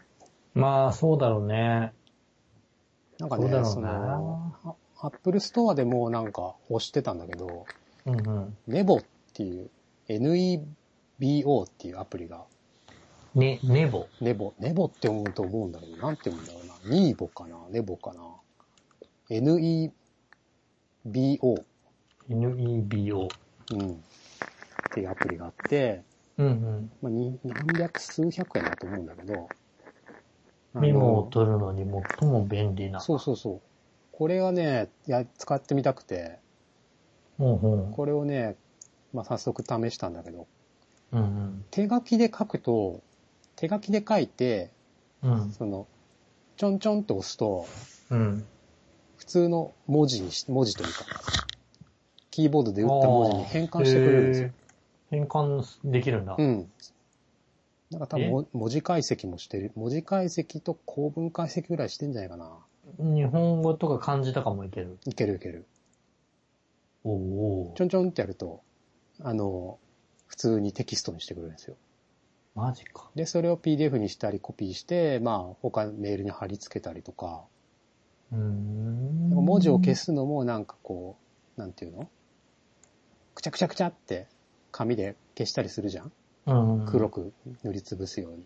Speaker 2: う。まあ、そうだろうね。
Speaker 1: なんかね、
Speaker 2: そうだろうな
Speaker 1: その、あアップルストアでもうなんか押してたんだけど、
Speaker 2: うんうん。
Speaker 1: ネボっていう、NEBO っていうアプリが、
Speaker 2: ね、ネボ。
Speaker 1: ネボ、ネボって思うと思うんだけど、なんて読むんだろうな。ニーボかなネボかな ?NEBO、
Speaker 2: NEBO。
Speaker 1: うん、っていうアプリがあって、
Speaker 2: うんうん。
Speaker 1: まあ、に何百数百円だと思うんだけど、あの
Speaker 2: メモを取るのに最も便利な。
Speaker 1: そうそうそう。これがね、や、使ってみたくて、
Speaker 2: うんうん。
Speaker 1: これをね、まあ、早速試したんだけど、
Speaker 2: うん
Speaker 1: 手書きで書くと、手書きで書いて、
Speaker 2: うん。うん。
Speaker 1: その、ちょんちょんって押すと、
Speaker 2: うん。
Speaker 1: 普通の文字にし、文字というか、キーボードで打った文字に変換してくれるんですよ。
Speaker 2: へー変換できるんだ。
Speaker 1: うん。なんか多分
Speaker 2: え
Speaker 1: も文字解析もしてる。文字解析と構文解析ぐらいしてんじゃないかな。
Speaker 2: 日本語とか漢字とかもいける。
Speaker 1: いけるいける。
Speaker 2: おお
Speaker 1: ち。ょんちょんってやると、あの、普通にテキストにしてくれるんですよ。
Speaker 2: マジか。
Speaker 1: で、それを PDF にしたりコピーして、まあ他メールに貼り付けたりとか、
Speaker 2: うーん。
Speaker 1: 文字を消。すのもなんかこう、なんていうのくちゃくちゃくちゃって紙で消したりするじゃん
Speaker 2: うんうん。
Speaker 1: 黒く塗りつぶすように。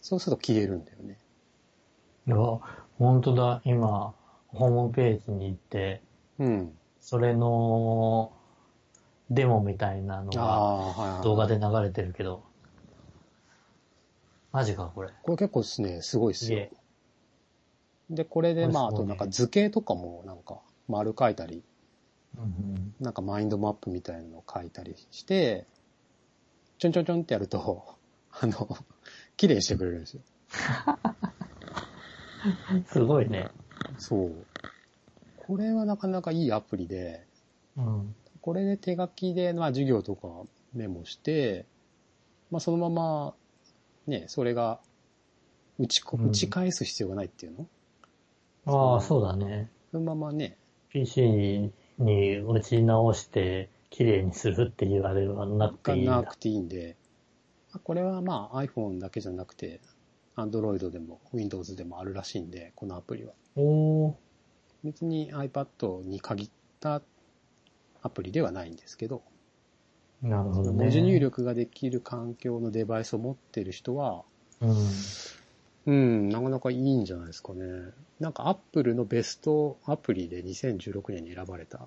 Speaker 1: そうすると消えるんだよね。
Speaker 2: いや、本当だ。今、ホームページに行って、
Speaker 1: うん。
Speaker 2: それの、デモみたいなの
Speaker 1: あ
Speaker 2: が
Speaker 1: あ、はいはい。
Speaker 2: 動画で流れてるけど。マジか、これ。
Speaker 1: これ結構ですね、すごいです
Speaker 2: すげ
Speaker 1: よ
Speaker 2: え。。
Speaker 1: で、これでまあ、あ
Speaker 2: これす
Speaker 1: と
Speaker 2: ごいね
Speaker 1: なんか図形とかもなんか丸書いたり、
Speaker 2: うん
Speaker 1: なんかマインドマップみたいなのを書いたりして、ちょんちょんちょんってやると、 あの、綺麗にしてくれるんですよ。
Speaker 2: うん。すごいね。
Speaker 1: そう。これはなかなかいいアプリで、
Speaker 2: うん。
Speaker 1: これで手書きで、まあ、授業とかメモして、まあ、そのまま、ね、それが、打ちこ、
Speaker 2: うん
Speaker 1: 打ち返す必要がないっていうの、
Speaker 2: ああ、そうだね。
Speaker 1: そのままね、
Speaker 2: PC に打ち直して、綺麗にするって言われはなく
Speaker 1: が
Speaker 2: ていいん
Speaker 1: な
Speaker 2: だ
Speaker 1: く。ていいんで、まあこれはまあ iPhone だけじゃなくて、Android でも Windows でもあるらしいんで、このアプリは。
Speaker 2: おー。
Speaker 1: 別に iPad に限ったアプリではないんですけど、
Speaker 2: なるほどね。
Speaker 1: 文字入。力ができる環境のデバイスを持ってる人は、
Speaker 2: うん。
Speaker 1: うん、なかなかいいんじゃないですかね。なんか Apple のベストアプリで2016年に選ばれた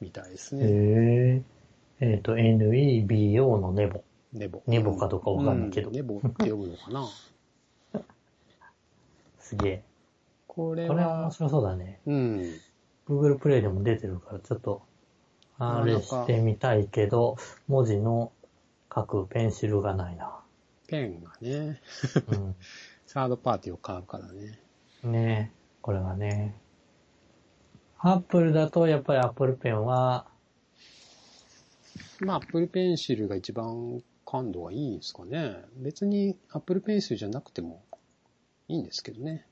Speaker 1: みたいですね。
Speaker 2: へえ。えっ、と、NEBO のネボ。
Speaker 1: ネボ。
Speaker 2: ネボかどうかわかんないけど
Speaker 1: うネボって読むのか な
Speaker 2: すげえ。
Speaker 1: これ
Speaker 2: これは面
Speaker 1: は、
Speaker 2: 白そうだね。
Speaker 1: うん。
Speaker 2: Google プレイでも出てるから、ちょっと、あれしてみたいけど、文字の書くペンシルがないな。
Speaker 1: ペンがね、
Speaker 2: う
Speaker 1: サードパーティーを買うからね。
Speaker 2: ん。ねえ、これはね。Apple だと、やっぱり Apple ペンは、
Speaker 1: まあ、Apple Pencil が一番感度がいいんですかね。別に Apple Pencil じゃなくてもいいんですけどね。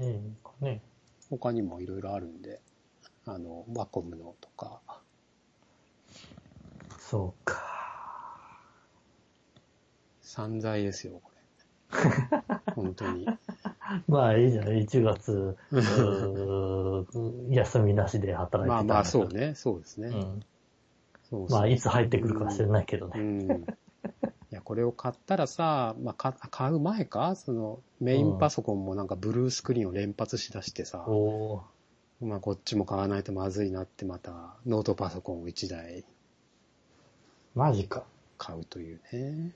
Speaker 2: いいのかね。
Speaker 1: 他にもいろいろあるんで。あの、ワコムのとか。
Speaker 2: そうか。
Speaker 1: 散財ですよ、こ れ。本当に。
Speaker 2: まあいいじゃない、1月、うー休みなしで働いてたんだから
Speaker 1: まあまあ、そう。ね。そうですね。
Speaker 2: うん。
Speaker 1: そうそう
Speaker 2: まあ、いつ入ってくるかは知らないけど
Speaker 1: う
Speaker 2: ね。
Speaker 1: ん。いや、これを買ったらさ、まあ、か買う前かその、メインパソコンもなんかブルースクリーンを連発しだしてさ。
Speaker 2: おー
Speaker 1: まあ、こっちも買わないとまずいなって、また、ノートパソコンを1台
Speaker 2: マジか。
Speaker 1: 買うというね。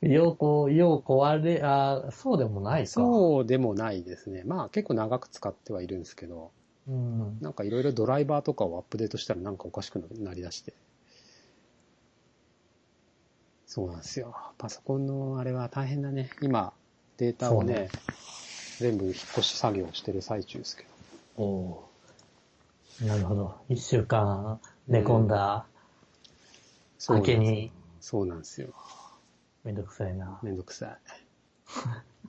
Speaker 2: ようこ、よう壊れ、あーそうでもないか。
Speaker 1: そうでもないですね。まあ、結構長く使ってはいるんですけど、
Speaker 2: う。うん。
Speaker 1: なんかいろいろドライバーとかをアップデートしたらなんかおかしくなりだして。そうなんですよ。パソコンのあれは大変だね。今、データを
Speaker 2: そう
Speaker 1: ね
Speaker 2: ね、
Speaker 1: 全部引っ越し作業をしてる最中ですけど。
Speaker 2: おーなるほど。一週間寝込んだ、
Speaker 1: そうな
Speaker 2: 明
Speaker 1: んで
Speaker 2: け
Speaker 1: すよ
Speaker 2: に、
Speaker 1: そうなんですよ。
Speaker 2: めんどくさいな。
Speaker 1: めんどくさ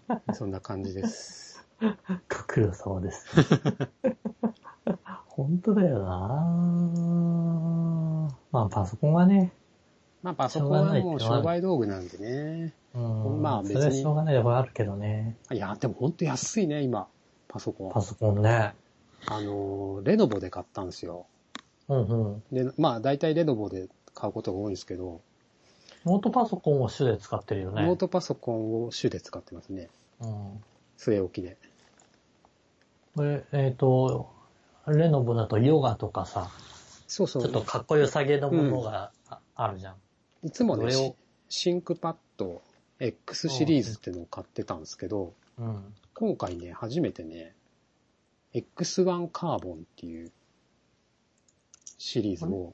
Speaker 1: い。そんな感じです。
Speaker 2: ご苦労 様です。本当だよなまあパソコンはね、
Speaker 1: まあパソコンはもう商売道具なんでね。
Speaker 2: うん、
Speaker 1: まあ別に
Speaker 2: それはしょうがないところあるけどね。
Speaker 1: いや、でもほんと安いね、今、パソコ
Speaker 2: パソコンね。
Speaker 1: ン。あのー、レノボで買ったんですよ。
Speaker 2: うんうん。
Speaker 1: で、まあ大体レノボで買うことが多いんですけど、
Speaker 2: ノートパソコンを主で使ってるよね。
Speaker 1: ノートパソコンを主で使ってますね。
Speaker 2: うん。
Speaker 1: 据え置きで。
Speaker 2: これ、えっ、と、レノボだとヨガとかさ、
Speaker 1: そうそ
Speaker 2: ちょっと
Speaker 1: う。
Speaker 2: かっこよさげのものがああるじゃん。
Speaker 1: いつもね、
Speaker 2: どれを
Speaker 1: シシンクパッド X シリーズってのを買ってたんですけど、
Speaker 2: うん。
Speaker 1: 今回ね、初めてね、X1 カーボンっていうシリーズを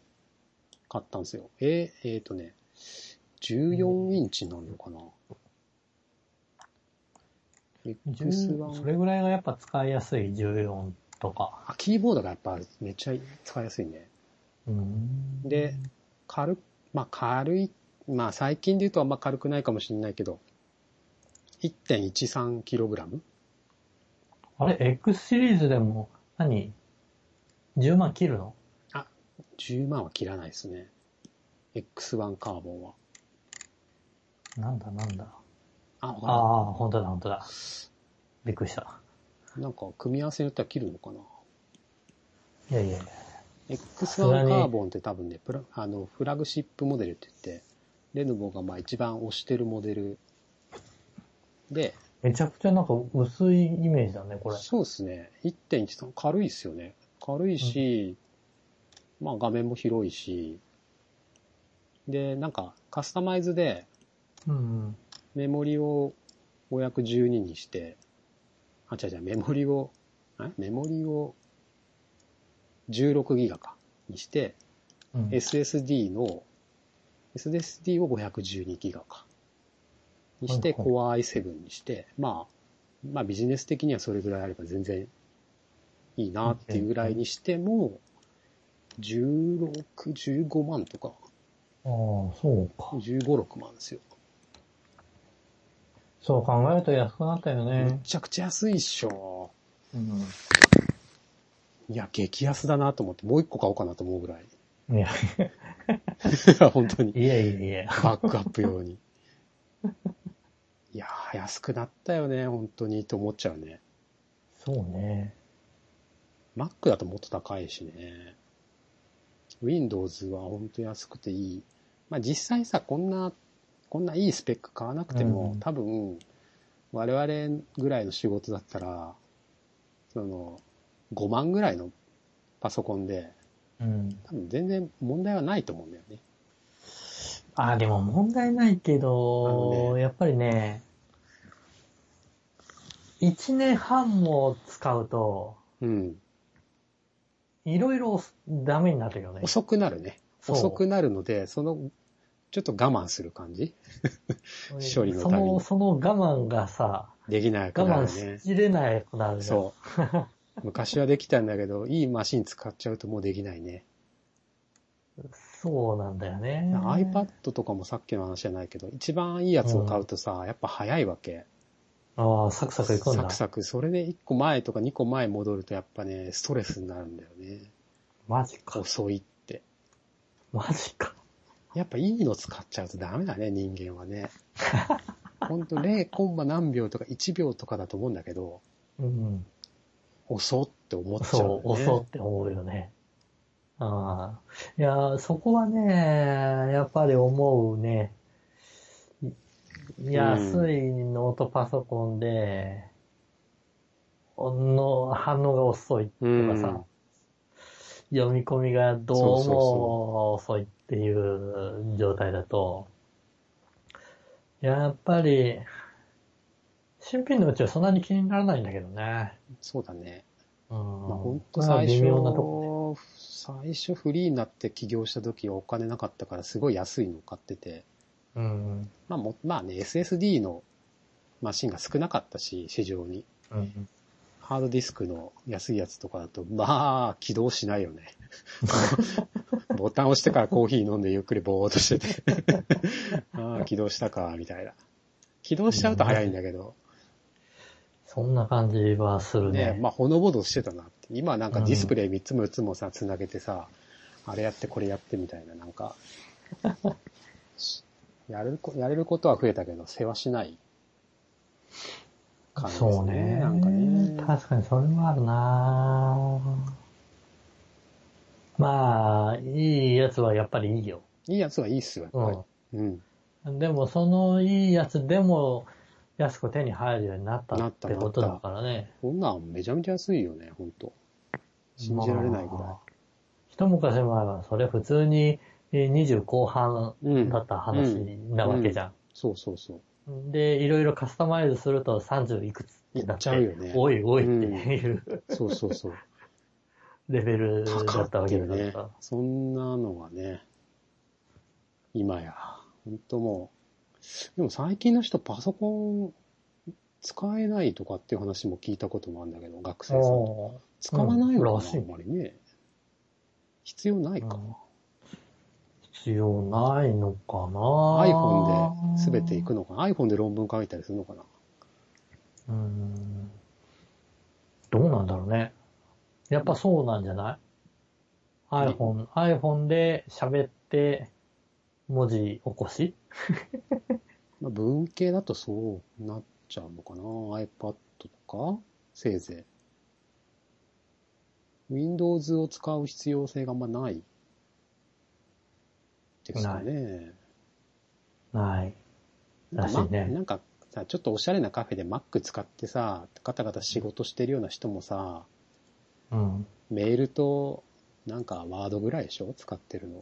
Speaker 1: 買ったんですよ。えー、えーとね、14インチになるのかな、
Speaker 2: 10そ
Speaker 1: ?X1。
Speaker 2: れぐらいがやっぱ使いやすい14とか。
Speaker 1: あ、キーボードがやっぱめっちゃ使いやすいね。
Speaker 2: うん、
Speaker 1: で、軽く、まあ軽い、まあ最近で言うとあんま軽くないかもしれないけど、1.13kg?
Speaker 2: あれ、X シリーズでも何、?10 万切るの
Speaker 1: 10万は切らないですね。X1 カーボンは。
Speaker 2: なんだなんだ。
Speaker 1: あ、わかんない。
Speaker 2: ああ、本当だ本当だ。びっくりした。
Speaker 1: なんか、組み合わせによっては切るのかな。
Speaker 2: いやいやいや。さす
Speaker 1: X1
Speaker 2: がに
Speaker 1: カーボンって多分ね、プラあのフラグシップモデルって言って、レノボがまあ一番推してるモデルで、
Speaker 2: めちゃくちゃなんか薄いイメージだね、これ。
Speaker 1: そうですね。1.13、軽いですよね。軽いし、まあ画面も広いし、で、なんかカスタマイズで
Speaker 2: うん。
Speaker 1: メモリを512にして、あ、違う違う、メモリを、えメモリを16ギガか、にして、
Speaker 2: うん、
Speaker 1: SSD の、SSD を512ギガか。にして、
Speaker 2: はい
Speaker 1: Core i7 にして、まあ、まあビジネス的にはそれぐらいあれば全然いいなっていうぐらいにしても、16、15万とか、
Speaker 2: ああ、そうか。
Speaker 1: 15、6万ですよ。
Speaker 2: そう考えると安くなったよ
Speaker 1: め
Speaker 2: ね。
Speaker 1: ちゃくちゃ安いっしょ。
Speaker 2: うん。
Speaker 1: いや、激安だなと思って、もう一個買おうかなと思うぐ らい。
Speaker 2: いや、
Speaker 1: 本当に。
Speaker 2: いやいやいや。
Speaker 1: バックアップ用に。いやー、安くなったよね、本当に、と思っちゃうね。
Speaker 2: そうね。
Speaker 1: Mac だともっと高いしね。Windows はほんと安くていい。まあ実際さ、こんな、こんないいスペック買わなくても、
Speaker 2: うん
Speaker 1: 多分、我々ぐらいの仕事だったら、その、5万ぐらいのパソコンで、
Speaker 2: うん。
Speaker 1: 多分全然問題はないと思うんだよね。
Speaker 2: ああ、でも問題ないけ
Speaker 1: あの
Speaker 2: ど、
Speaker 1: ね
Speaker 2: やっぱりね、1年半も使うと、
Speaker 1: うん。
Speaker 2: いろいろダメになるよね。
Speaker 1: 遅くなるね。
Speaker 2: そう
Speaker 1: 遅くなるので、その、ちょっと我慢する感じ処理の
Speaker 2: そ
Speaker 1: ために
Speaker 2: の、その我慢がさ、
Speaker 1: できなくな
Speaker 2: 我
Speaker 1: るね。
Speaker 2: 慢しきれなくなるじゃん。
Speaker 1: そう。 昔はできたんだけど、いいマシン使っちゃうともうできないね。
Speaker 2: そうなんだよね。
Speaker 1: iPad とかもさっきの話じゃないけど、一番いいやつを買うとさ、やっぱ早いわけ。
Speaker 2: ああ、サクサクいくんだ。
Speaker 1: サクサク。それで1個前とか2個前戻るとやっぱね、ストレスになるんだよね。
Speaker 2: マジか。
Speaker 1: 遅いって。
Speaker 2: マジか。
Speaker 1: やっぱいいの使っちゃうとダメだね、人間は ね。ほんと0コンマ何秒とか1秒とかだと思うんだけど、
Speaker 2: うん。
Speaker 1: 遅って思っちゃう
Speaker 2: そ
Speaker 1: ん
Speaker 2: う、
Speaker 1: だ
Speaker 2: 遅
Speaker 1: よ
Speaker 2: っ
Speaker 1: ね。
Speaker 2: て思うよね。ああ。いやー、そこはね、やっぱり思うね。い安いノートパソコンで、の反応が遅いっていうかさ、読み込みがどうも遅いっていう状態だと、やっぱり、新品のうちはそんなに気にならないんだけどね。
Speaker 1: そうだね。
Speaker 2: うん。
Speaker 1: まあ、本当
Speaker 2: これは
Speaker 1: 最
Speaker 2: 微
Speaker 1: 初
Speaker 2: 妙なとこね。、
Speaker 1: 最初フリーになって起業した時はお金なかったからすごい安いの買ってて、
Speaker 2: うん。
Speaker 1: まあも、まあね、SSD のマシンが少なかったし、市場に。
Speaker 2: うん。
Speaker 1: ハードディスクの安いやつとかだと、まあ、起動しないよね。 ボタン押してからコーヒー飲んでゆっくりぼーっとしてて。ああ、起動したか、みたいな。起動しちゃうと早いんだけど。
Speaker 2: そんな感じはするね。
Speaker 1: ね、まあ、ほのぼのしてたなって。今なんかディスプレイ3つも4つもさ、つなげてさ、あれやってこれやってみたいな、なん か。やれるこ、やれることは増えたけど、世話しない感じですね。
Speaker 2: そうね。
Speaker 1: なんかね。
Speaker 2: 確かにそれもあるなまあ、いいやつはやっぱりいいよ。
Speaker 1: いいやつはいいっすよ、やっぱ
Speaker 2: う
Speaker 1: り。うん。
Speaker 2: ん。でも、そのいいやつでも、安く手に入るようになった
Speaker 1: な
Speaker 2: っ
Speaker 1: った
Speaker 2: てことだからね。
Speaker 1: こんなんめちゃめちゃ安いよね、ほんと。信じられないぐ
Speaker 2: ま
Speaker 1: ら
Speaker 2: あ一昔前は、それ普通にえー20後半
Speaker 1: い。うん
Speaker 2: だ。った話なわけじゃん。
Speaker 1: そうそうそう。
Speaker 2: で、いろいろカスタマイズすると30いくつってなっ
Speaker 1: いっち
Speaker 2: て、
Speaker 1: ゃうよね
Speaker 2: おいおいっていう、
Speaker 1: そうそうそう。
Speaker 2: レベルだ
Speaker 1: 高
Speaker 2: った
Speaker 1: っ
Speaker 2: わ
Speaker 1: て
Speaker 2: け
Speaker 1: い
Speaker 2: だ
Speaker 1: う
Speaker 2: から。
Speaker 1: ね。そんなのはね、今や、ほんともう、でも最近の人パソコン使えないとかっていう話も聞いたこともあるんだけど、学生さんとか
Speaker 2: お
Speaker 1: 使わないの
Speaker 2: うんら
Speaker 1: か
Speaker 2: しい
Speaker 1: な、
Speaker 2: ね
Speaker 1: あんまりね。必要ない
Speaker 2: ー
Speaker 1: か。
Speaker 2: 必要ないのかな
Speaker 1: iPhone で全ていく
Speaker 2: の
Speaker 1: のかな ?iPhone で論文書いたりするのかな
Speaker 2: うん。どうなんだろうね。やっぱそうなんじゃない ?iPhone、iPhone で喋って、文字起こし
Speaker 1: まあ、文系だとそうなっちゃうのかな ?iPad とかせいぜい。Windows を使う必要性があんまないですよね。
Speaker 2: ない。らしいね
Speaker 1: まなんかさ、ちょっとおしゃれなカフェで Mac 使ってさ、ガタガタ仕事してるような人もさ、
Speaker 2: うん。
Speaker 1: メールとなんかワードぐらいでしょ使ってるの。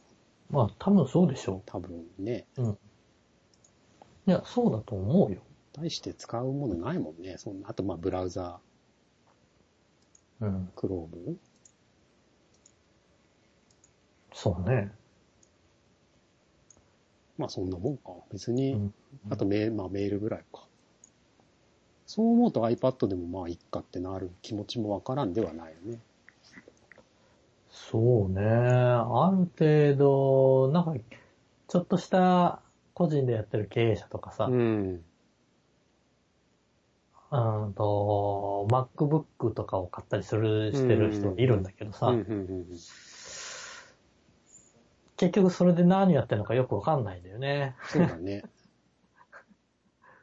Speaker 2: まあ多分そうでしょ
Speaker 1: 多分ね。
Speaker 2: う。いや、そうだと思うよ。
Speaker 1: 対して使うものないもんね。そんなあとまあブラウザ
Speaker 2: うん。
Speaker 1: ー、Chrome?
Speaker 2: そうね。
Speaker 1: まあそんなもんか。別に、
Speaker 2: うん
Speaker 1: あとメ,、まあ、メールぐらいか。そう思うと iPad でもまあいっかってなる気持ちもわからんではないよね。
Speaker 2: そうね。ある程度、なんか、ちょっとした個人でやってる経営者とかさ、うん
Speaker 1: ん。
Speaker 2: と、MacBook とかを買ったりする、してる人いるんだけどさ、
Speaker 1: うんうんうん
Speaker 2: 結局それで何やってるのかよくわかんないんだよね。
Speaker 1: そうだ ね。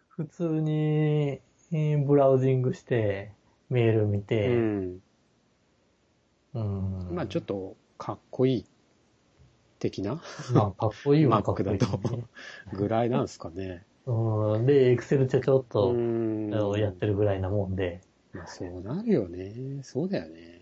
Speaker 2: 普通に、えーブラウジングして、メール見
Speaker 1: う
Speaker 2: て、
Speaker 1: ん。
Speaker 2: うん。
Speaker 1: まあちょっとかっこいい的な
Speaker 2: まあ、かっこいいわ、かっこ
Speaker 1: Mac
Speaker 2: いい
Speaker 1: だ
Speaker 2: ね、
Speaker 1: とぐらいなんすか ね。
Speaker 2: うん。で、Excel ちょちょっと、
Speaker 1: ん
Speaker 2: やってるぐらいなもんで、
Speaker 1: まあそうなるよね。そうだよね。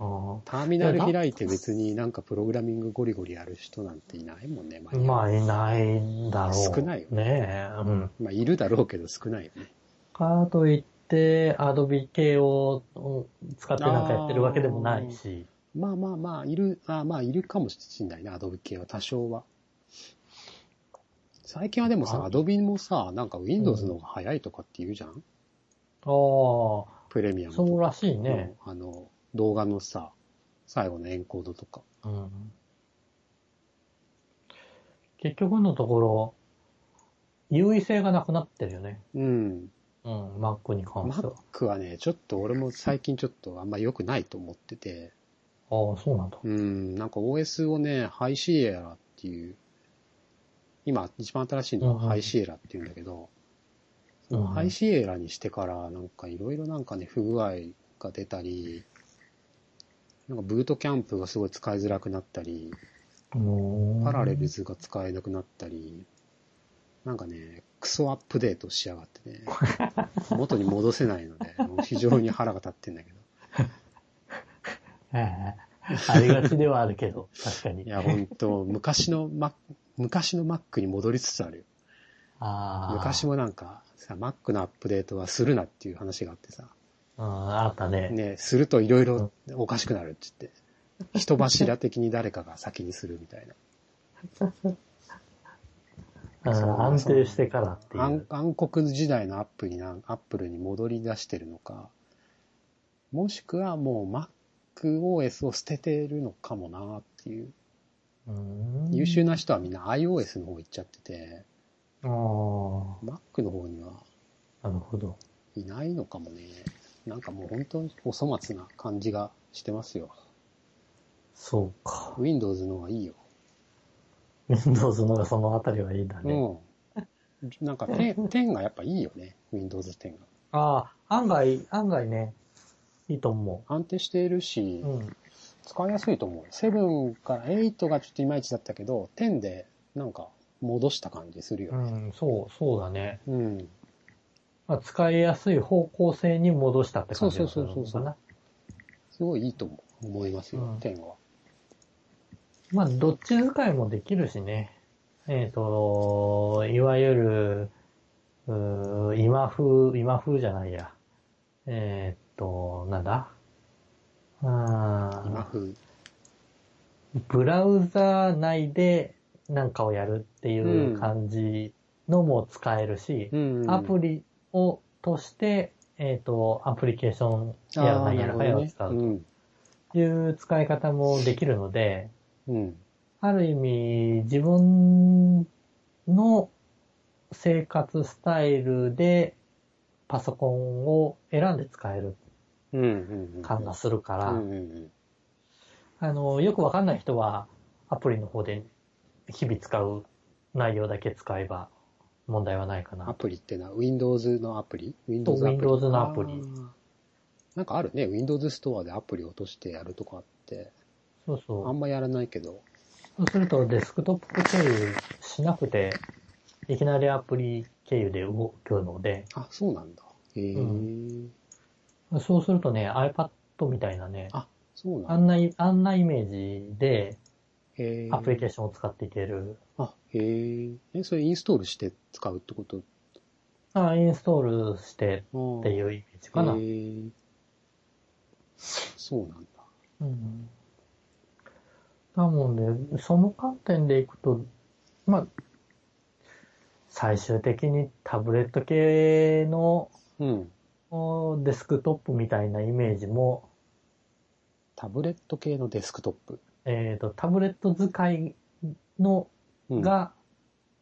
Speaker 2: うん
Speaker 1: ターミナル開いて別になんかプログラミングゴリゴリやる人なんていないもんね。ま
Speaker 2: まあ、いないだろう。
Speaker 1: 少ないよ
Speaker 2: ねえ。うん。
Speaker 1: まあいるだろうけど少ないよね。
Speaker 2: かといって、アドビ系をうん使ってなんかやってるわけでもないし。
Speaker 1: まあまあまあ、いる、あまあいるかもしれないな、アドビ系は多少は。最近はでもさ、
Speaker 2: あ
Speaker 1: アドビもさ、なんか Windows の方が早いとかって言うじゃん、
Speaker 2: ああ、そ
Speaker 1: プレミアム
Speaker 2: う
Speaker 1: と
Speaker 2: らしい
Speaker 1: か、
Speaker 2: ね。
Speaker 1: あの、動画のさ、最後のエンコードとか。
Speaker 2: うん。結局のところ、優位性がなくなってるよね。
Speaker 1: うん。
Speaker 2: うん、Mac に関しては。あ
Speaker 1: Mac はね、ちょっと俺も最近ちょっとあんま良くないと思ってて、
Speaker 2: あ、そうなんだ。
Speaker 1: うん、なんか OS をね、ハイシエラっていう、今一番新しいのはハイシエラっていうんだけど、
Speaker 2: うんうん
Speaker 1: ハイシエラにしてからなんかいろいろなんかね、不具合が出たり、なんかブートキャンプがすごい使いづらくなったり、パ
Speaker 2: パ
Speaker 1: ラレル。ズが使えなくなったり、なんかね、クソアップデートしやがって ね、元に戻せないので、もう非常に腹が立ってんだけど。
Speaker 2: ええありがちではあるけど、確かに。
Speaker 1: いや、本当昔のマック、昔の Mac に戻りつつあるよ。
Speaker 2: ああ。
Speaker 1: 昔もなんかさ、Mac のアップデートはするなっていう話があってさ、
Speaker 2: うん、あったね。
Speaker 1: ね、するといろいろおかしくなるって言って、人柱的に誰かが先にするみたい
Speaker 2: うん
Speaker 1: そう
Speaker 2: 安定してからってい
Speaker 1: な。暗
Speaker 2: う。
Speaker 1: 暗黒時代のアップにな、アップルに戻り出してるのか、もしくはもう MacOS を捨ててるのかもなっていう。
Speaker 2: うん
Speaker 1: 優秀な人はみんな iOS の方行っちゃってて、
Speaker 2: ああ、
Speaker 1: Mac の方には
Speaker 2: なるほど。
Speaker 1: いないのかもね。なんかもう本当にお粗末な感じがしてますよ。
Speaker 2: そうか。
Speaker 1: Windows の方がいいよ。
Speaker 2: Windows のがそのあたりはいいんだね。
Speaker 1: うん。なんか10、10がやっぱいいよね。Windows 10が。
Speaker 2: ああ、案外、案外ね、いいと思
Speaker 1: 安定しているし、
Speaker 2: う。うん。
Speaker 1: 使いやすいと思う。7から8がちょっといまいちだったけど、10でなんか戻した感じするよ
Speaker 2: う
Speaker 1: ね。
Speaker 2: ん、そう、そうだね。
Speaker 1: うん。
Speaker 2: まあ、使いやすい方向性に戻したって感じがするの
Speaker 1: そうそ
Speaker 2: か
Speaker 1: うそう
Speaker 2: な。
Speaker 1: すごいいいと思う思いますよ、
Speaker 2: うん
Speaker 1: 10は。
Speaker 2: まあ、どっち使いもできるしね。えっ、と、いわゆる、うー今風、今風じゃないや。えっ、と、なんだうーん
Speaker 1: 今風。
Speaker 2: ブラウザー内でなんかをやるっていう感じのも使えるし、
Speaker 1: うん
Speaker 2: アプリをとして、えっ、と、アプリケーションやらないやらかやを使
Speaker 1: う。
Speaker 2: うんという使い方もできるので、
Speaker 1: うん。
Speaker 2: ある意味自分の生活スタイルでパソコンを選んで使える
Speaker 1: うん。うん。
Speaker 2: 感がするから、
Speaker 1: うんうん
Speaker 2: あの、よくわかんない人は、アプリの方で日々使う内容だけ使えば問題はないか
Speaker 1: うん。ア
Speaker 2: な。
Speaker 1: プリってのは Windows のアプリ ?Windows アプリ。
Speaker 2: Windows のアプリ
Speaker 1: あー。なんかあるね。Windows ストアでアプリ落としてやるとかって。
Speaker 2: そう
Speaker 1: あ
Speaker 2: そ
Speaker 1: んまやらないけど。
Speaker 2: う。そうするとデスクトップ経由しなくて、いきなりアプリ経由で動くので、
Speaker 1: あ、そうなんだ。へえ、
Speaker 2: うそうするとね、iPad みたいなね、
Speaker 1: あ、そうな
Speaker 2: あ
Speaker 1: んだ。
Speaker 2: んな、あんなイメージで
Speaker 1: へえ
Speaker 2: アプリケーションを使っていける。
Speaker 1: あ、へえ。え、それインストールして使うってこと
Speaker 2: あインストールし
Speaker 1: っ
Speaker 2: てっていううイメージかな
Speaker 1: へ。え。そうなんだ。
Speaker 2: うんだもんね、その観点でいくと、まあ、最終的にタブレット系の
Speaker 1: うん。
Speaker 2: おデスクトップみたいなイメージも、
Speaker 1: タブレット系のデスクトップ。
Speaker 2: えっ、と、タブレット使いの
Speaker 1: うん、
Speaker 2: が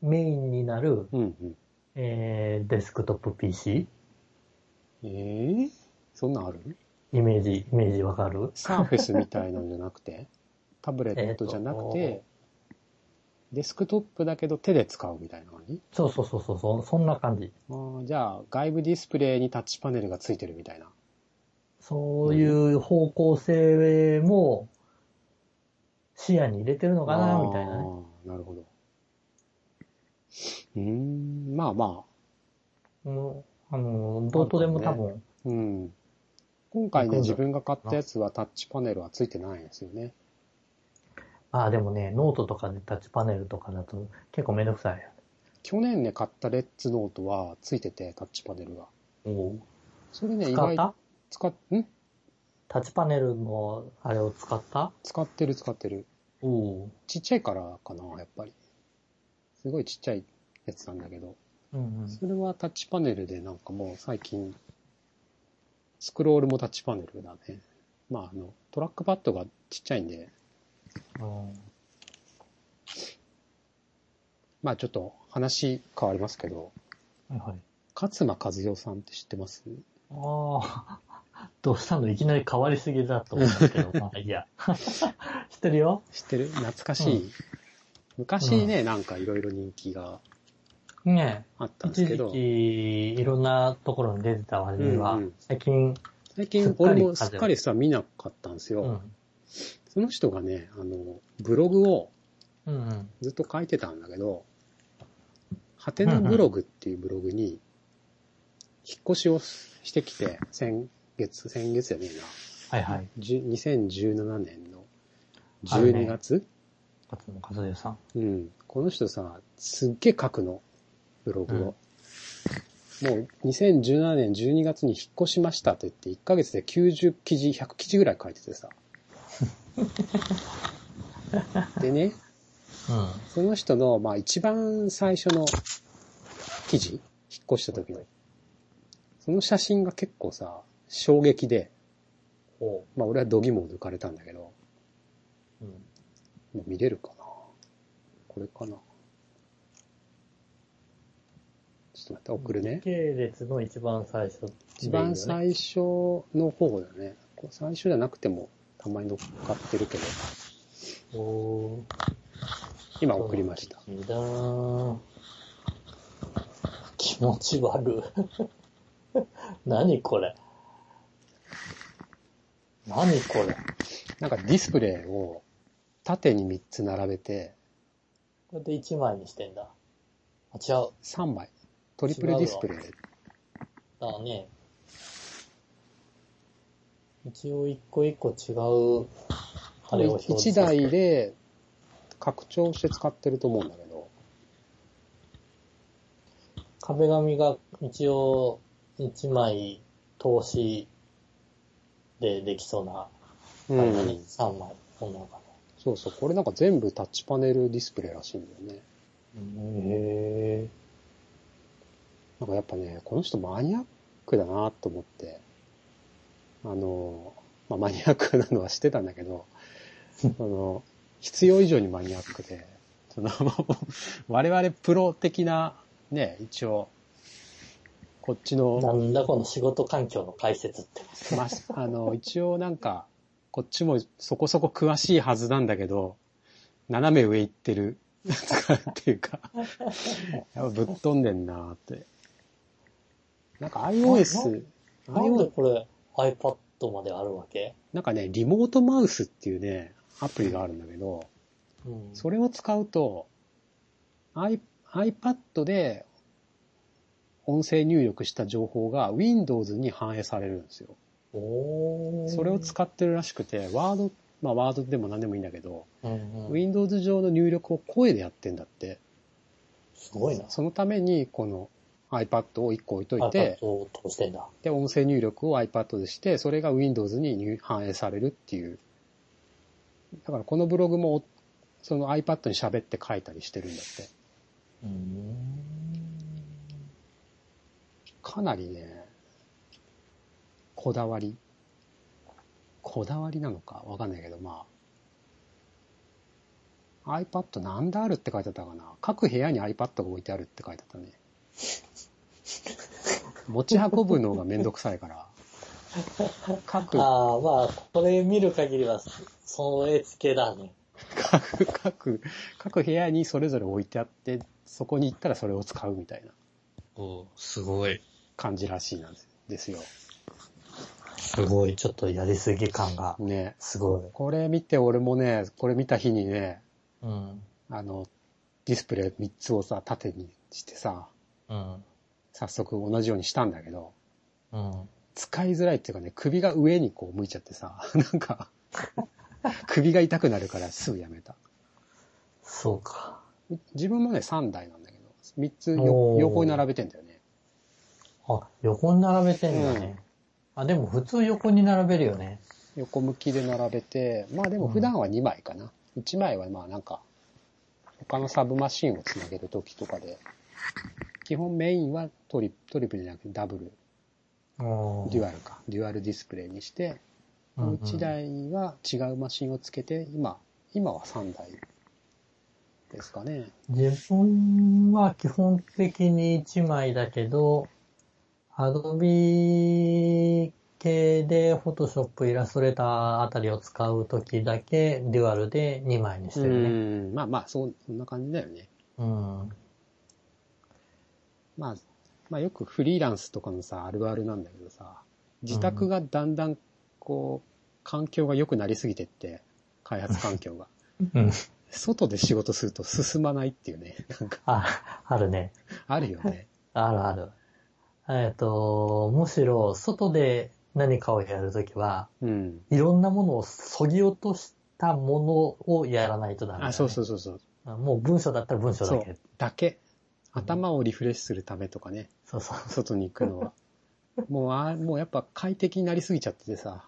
Speaker 2: メインになる、
Speaker 1: うんうん。
Speaker 2: えーデスクトップ PC?
Speaker 1: ええそんなんある
Speaker 2: イメージ、イメージわかる
Speaker 1: サーフェスみたいなんじゃなく て、タブレットじゃなくて、
Speaker 2: えっと
Speaker 1: デスクトップだけど手で使うみたいな感じ
Speaker 2: そうそうそうそうそう、そんな感じ。
Speaker 1: あーじゃあ、外部ディスプレイにタッチパネルがついてるみたいな。
Speaker 2: そういう方向性も視野に入れてるのかな、みたいなね。
Speaker 1: あーなるほど。うーん、まあまあ。
Speaker 2: うん、あの、どうとでも多分、
Speaker 1: うん。今回
Speaker 2: 今度
Speaker 1: ね、自分が買ったやつはタッチパネルはついてないんですよね。
Speaker 2: ああ、でもね、ノートとかでタッチパネルとかだと結構めんどくさい。
Speaker 1: 去年ね、買ったレッツノートはついてて、タッチパネルが。
Speaker 2: お
Speaker 1: それね、意
Speaker 2: 使っ
Speaker 1: 外
Speaker 2: た
Speaker 1: 使っ、ん
Speaker 2: タッチパネルのあれを使った
Speaker 1: 使ってる使ってる。
Speaker 2: おお。
Speaker 1: ちっちゃいからかな、やっぱり。すごいちっちゃいやつなんだけど。
Speaker 2: うんうん。
Speaker 1: それはタッチパネルでなんかもう最近、スクロールもタッチパネルだね。まああの、トラックパッドがちっちゃいんで、まあちょっと話変わりますけど、
Speaker 2: はいはい。
Speaker 1: 勝間和代さんって知ってます
Speaker 2: ああ、どうしたのいきなり変わりすぎだと思った けど、まあいいや。知ってるよ
Speaker 1: 知ってる懐かしい。
Speaker 2: う
Speaker 1: 昔ね、なんかいろいろ人気が
Speaker 2: ね
Speaker 1: あった
Speaker 2: え。
Speaker 1: んです
Speaker 2: 一
Speaker 1: け
Speaker 2: 時
Speaker 1: ど、
Speaker 2: 期、いろんなところに出てた割には、
Speaker 1: うんうん
Speaker 2: 最近、
Speaker 1: 最
Speaker 2: す
Speaker 1: 近
Speaker 2: っかり
Speaker 1: 俺もすっかりさ見なかったんです
Speaker 2: う
Speaker 1: よ。
Speaker 2: ん。
Speaker 1: その人がね、あの、ブログを
Speaker 2: うんうん。
Speaker 1: ずっと書いてたんだけど、ハテナブログっていうブログに、引っ越しをしてきて、先月、先月じゃねえな、
Speaker 2: はいはい。
Speaker 1: じゅ2017年の
Speaker 2: あるね
Speaker 1: 12月、
Speaker 2: 勝野和代さん。
Speaker 1: うん。この人さ、すっげえ書くの、ブログを。もう2017年12月に引っ越しましたと言って、1ヶ月で90記事、100記事ぐらい書いててさ。でね、
Speaker 2: うん。
Speaker 1: その人の、まあ一番最初の記事、引っ越した時の。その写真が結構さ、衝撃で、
Speaker 2: ほ
Speaker 1: まあ俺は度肝を抜かれたんだけど、も
Speaker 2: う。うん
Speaker 1: う見れるかなこれかなちょっとょっと待って、送るね。
Speaker 2: 時系列の一番最初でい
Speaker 1: 一
Speaker 2: いよね、
Speaker 1: 番最初の方だね。こう最初じゃなくてもたまに乗っかってるけど、
Speaker 2: おー
Speaker 1: 今送りました。
Speaker 2: いいなぁ気持ち悪い。 何これ。何これ。
Speaker 1: なんかディスプレイを縦に3つ並べて
Speaker 2: これで1枚にしてんだ。あ、違う。
Speaker 1: 3枚。トリプルディスプレイ。
Speaker 2: だね。一応一個一個違う、あれを表示
Speaker 1: 1
Speaker 2: させて
Speaker 1: 台で拡張して使ってると思うんだけど、
Speaker 2: 壁紙が一応一枚投資でできそうな、
Speaker 1: う
Speaker 2: あれだね
Speaker 1: ん、
Speaker 2: 3枚、こんなのがね。
Speaker 1: そうそう、これなんか全部タッチパネルディスプレイらしいんだよね。
Speaker 2: へ
Speaker 1: なんかやっぱね、この人マニアックだなと思って、あの、まあ、マニアックなのはしてたんだけど、あの、必要以上にマニアックで、その、 我々プロ的な、ね、一応、こっち
Speaker 2: え。
Speaker 1: の、
Speaker 2: なんだこの仕事環境の解説って。
Speaker 1: ま、あの、一応なんか、こっちもそこそこ詳しいはずなんだけど、斜め上行ってる、っていうか、やっぱぶっ飛んでんなって。なんか iOS、
Speaker 2: なんで
Speaker 1: iOS、
Speaker 2: これ iPad まであるわけ
Speaker 1: なんかね、リモートマウスっていうね、アプリがあるんだけど、
Speaker 2: うん。
Speaker 1: それを使うと、I、iPad で音声入力した情報が Windows に反映されるんですよ。
Speaker 2: おー
Speaker 1: それを使ってるらしくて、ワード、まあワードでも何でもいいんだけど、
Speaker 2: うんうん
Speaker 1: Windows 上の入力を声でやってんだって。
Speaker 2: すごいな。
Speaker 1: そのために、この iPad を1個置いといて、
Speaker 2: iPad を通してんだ。
Speaker 1: で、音声入力を iPad でして、それが Windows に入反映されるっていう。だからこのブログもお、その iPad に喋って書いたりしてるんだって。
Speaker 2: うーん。
Speaker 1: かなりね、こだわり。こだわりなのかわかんないけど、まあ。iPad なんであるって書いてあったかな。各部屋に iPad が置いてあるって書いてあったね。持ち運ぶのがめんどくさいから。各、
Speaker 2: ああ、まあ、これ見る限りは、その絵付けだね。
Speaker 1: 各、各、各部屋にそれぞれ置いてあって、そこに行ったらそれを使うみたいな
Speaker 2: おすごい。
Speaker 1: 感じらしいなんですですよ。
Speaker 2: すごい。ちょっとやりすぎ感が、
Speaker 1: ね。
Speaker 2: すごい。
Speaker 1: これ見て俺もね、これ見た日にね、
Speaker 2: うん。
Speaker 1: あの、ディスプレイ3つをさ、縦にしてさ、
Speaker 2: うん。
Speaker 1: 早速同じようにしたんだけど、
Speaker 2: うん。
Speaker 1: 使いづらいっていうかね、首が上にこう向いちゃってさ、 なん か、首が痛くなるからすぐやめた。
Speaker 2: そうか。
Speaker 1: 自分もね、3台なんだけど、3つ
Speaker 2: お
Speaker 1: よ
Speaker 2: ー
Speaker 1: 横に並べてんだよね。
Speaker 2: あ、横に並べてんだね。あ、でも普通横に並べるよね。
Speaker 1: 横向きで並べて、まあでも普段は2枚かな。1枚はまあなんか、他のサブマシンをつなげるときとかで、基本メインはトリトリプルじゃなくてダブル、
Speaker 2: うん
Speaker 1: デュアルか、デュアルディスプレイにして、
Speaker 2: うん
Speaker 1: もう1。台は違うマシンをつけて、今、今は3台ですかね。
Speaker 2: 自分は基本的に1枚だけど、Adobe 系で Photoshop、イラストレーターあたりを使うときだけ、デュアルで2枚にしてるね。
Speaker 1: ん。まあまあ、そうそんな感じだよね。
Speaker 2: うん。
Speaker 1: まあ、まあよくフリーランスとかのさ、あるあるなんだけどさ、自宅がだんだんこう、環境が良くなりすぎてって、開発環境 が。
Speaker 2: うん。
Speaker 1: 外で仕事すると進まないっていうね、 なんか
Speaker 2: あ、あるね。
Speaker 1: あるよね。
Speaker 2: あるある。えっと、むしろ外で何かをやるときは、
Speaker 1: うん。
Speaker 2: いろんなものを削ぎ落としたものをやらないとダメだ、ね。
Speaker 1: あ、そうそうそうそう。
Speaker 2: あもう文章だったら文章だ
Speaker 1: そう
Speaker 2: け。。
Speaker 1: だけ。頭をリフレッシュするためとかね。
Speaker 2: そうそう。
Speaker 1: 外に行くの は。もう、あもうやっぱ快適になりすぎちゃっててさ。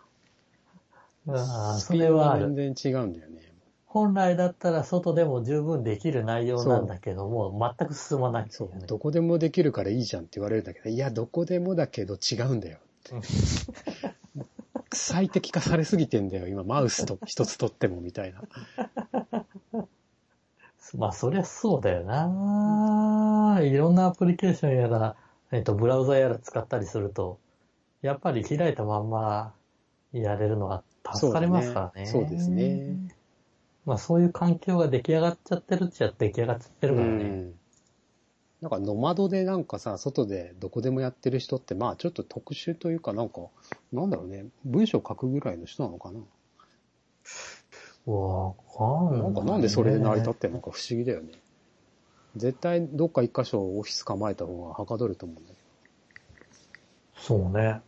Speaker 2: あー
Speaker 1: ス
Speaker 2: そ
Speaker 1: ピー
Speaker 2: れ
Speaker 1: ド
Speaker 2: は
Speaker 1: が
Speaker 2: ある。
Speaker 1: 全然違うんだよね。
Speaker 2: 本来だったら外でも十分できる内容なんだけども、全く進まないって
Speaker 1: そ
Speaker 2: いう
Speaker 1: う。
Speaker 2: ね。
Speaker 1: どこでもできるからいいじゃんって言われるんだけど、いや、どこでもだけど違うんだよって
Speaker 2: うん。
Speaker 1: 最適化されすぎてんだよ。今、マウ スと一つ取ってもみたいな。
Speaker 2: まあ、そりゃそうだよなまあ、いろんなアプリケーションやら、えっ、と、ブラウザやら使ったりすると、やっぱり開いたまんまやれるのが助かりますからね。
Speaker 1: そうですね。
Speaker 2: まあ、そういう環境が出来上がっちゃってるっちゃ出来上がっちゃってるからね。
Speaker 1: ん。なんか、ノマドでなんかさ、外でどこでもやってる人って、まあ、ちょっと特殊というか、なんか、なんだろうね、文章書くぐらいの人なのかな。
Speaker 2: わかんない、
Speaker 1: なんか、なんでそれで成り立ってるのか不思議だよね。絶対、どっか一箇所オフィス構えた方がはかどると思うんだけ
Speaker 2: そうね。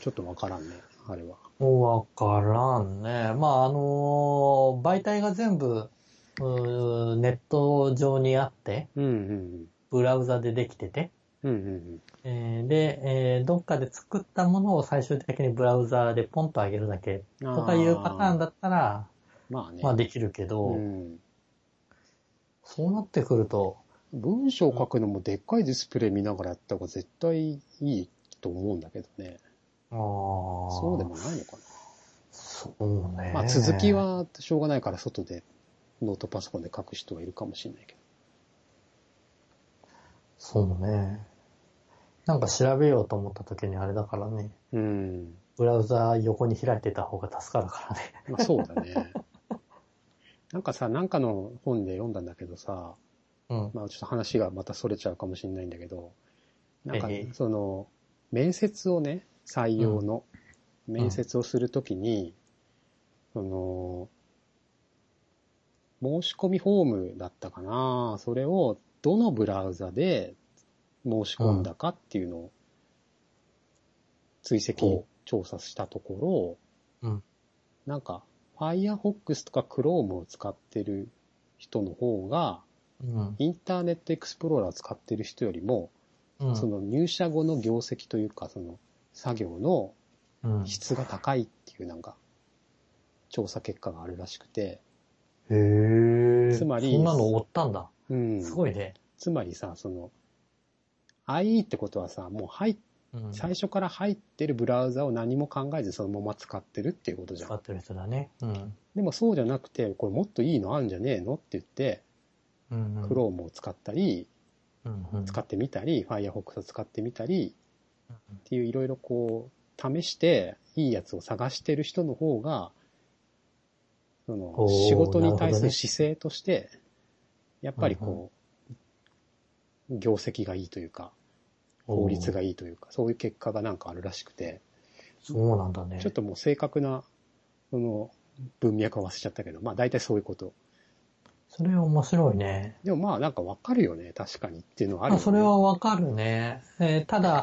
Speaker 1: ど、ちょっとわからんね、あれは。
Speaker 2: わからんね。まあ、あの媒体が全部、うーネット上にあって、
Speaker 1: うんうん
Speaker 2: ブラウザでできてて、
Speaker 1: うん。うんうんうん。
Speaker 2: えーで、えーどっかで作ったものを最終的にブラウザでポンと上げるだけとかいうパターンだったら、
Speaker 1: まあね。
Speaker 2: まあできるけど、
Speaker 1: うん。
Speaker 2: そうなってくると、
Speaker 1: 文章書くのもでっかいディスプレイ見ながらやった方が絶対いいと思うんだけどね。
Speaker 2: ああ。
Speaker 1: そうで
Speaker 2: も。
Speaker 1: もないのかな。
Speaker 2: そうね。
Speaker 1: まあ続き、はしょうがないから外でノートパソコンで書く人はいるかもしれないけ
Speaker 2: そうね。なんか調べようと思った時にあれだからね、
Speaker 1: ど。うん。
Speaker 2: ブラウザ横に開いてた方が助かるからね。
Speaker 1: まあそうだね。なんかさ、なんかの本で読んだんだけどさ、
Speaker 2: うん。
Speaker 1: まあちょっと話がまた逸れちゃうかもしれないんだけど、なんか
Speaker 2: ええ
Speaker 1: その、面接をね、採用の、面接をするときに、その、申し込みフォームだったかなそれをどのブラウザで申し込んだかっていうのを追跡調査したところ、
Speaker 2: うん
Speaker 1: なんか Firefox とか Chrome を使ってる人の方が、
Speaker 2: うん。
Speaker 1: インターネットエクスプローラーを使ってる人よりも、
Speaker 2: うん。
Speaker 1: その入社後の業績というか、その作業の
Speaker 2: うん、
Speaker 1: 質が高いっていうなんか、調査結果があるらしくて、
Speaker 2: へえ。
Speaker 1: つまり
Speaker 2: そんなの追ったんだ。
Speaker 1: うん
Speaker 2: すごいね。
Speaker 1: つまりさ、その、IE ってことはさ、もう入っ、
Speaker 2: うん。
Speaker 1: 最初から入ってるブラウザを何も考えずそのまま使ってるっていうことじゃ
Speaker 2: 使
Speaker 1: ん。
Speaker 2: ってる人だね。うん。
Speaker 1: でもそうじゃなくて、これもっといいのあるんじゃねえのって言って、
Speaker 2: うんうん。
Speaker 1: Chrome を使ったり、
Speaker 2: うんうん。
Speaker 1: 使ってみたり、Firefox を使ってみたり、
Speaker 2: うんうん
Speaker 1: っていういろいろこう、試して、いいやつを探してる人の方が、その、
Speaker 2: おー
Speaker 1: 仕事に対す
Speaker 2: なるほど
Speaker 1: る
Speaker 2: ね
Speaker 1: 姿勢として、やっぱりこう、業績がいいというか、効率がいいというか、そういう結果がなんかあるらしくて、
Speaker 2: そうなんだね。
Speaker 1: ちょっともう正確な、その、文脈は忘れちゃったけど、まあ大体そういうこと。
Speaker 2: それ面白いね。
Speaker 1: でもまあなんかわかるよね、確かにっていうのはあ
Speaker 2: あ
Speaker 1: るよね。
Speaker 2: それはわかるね。えーただ、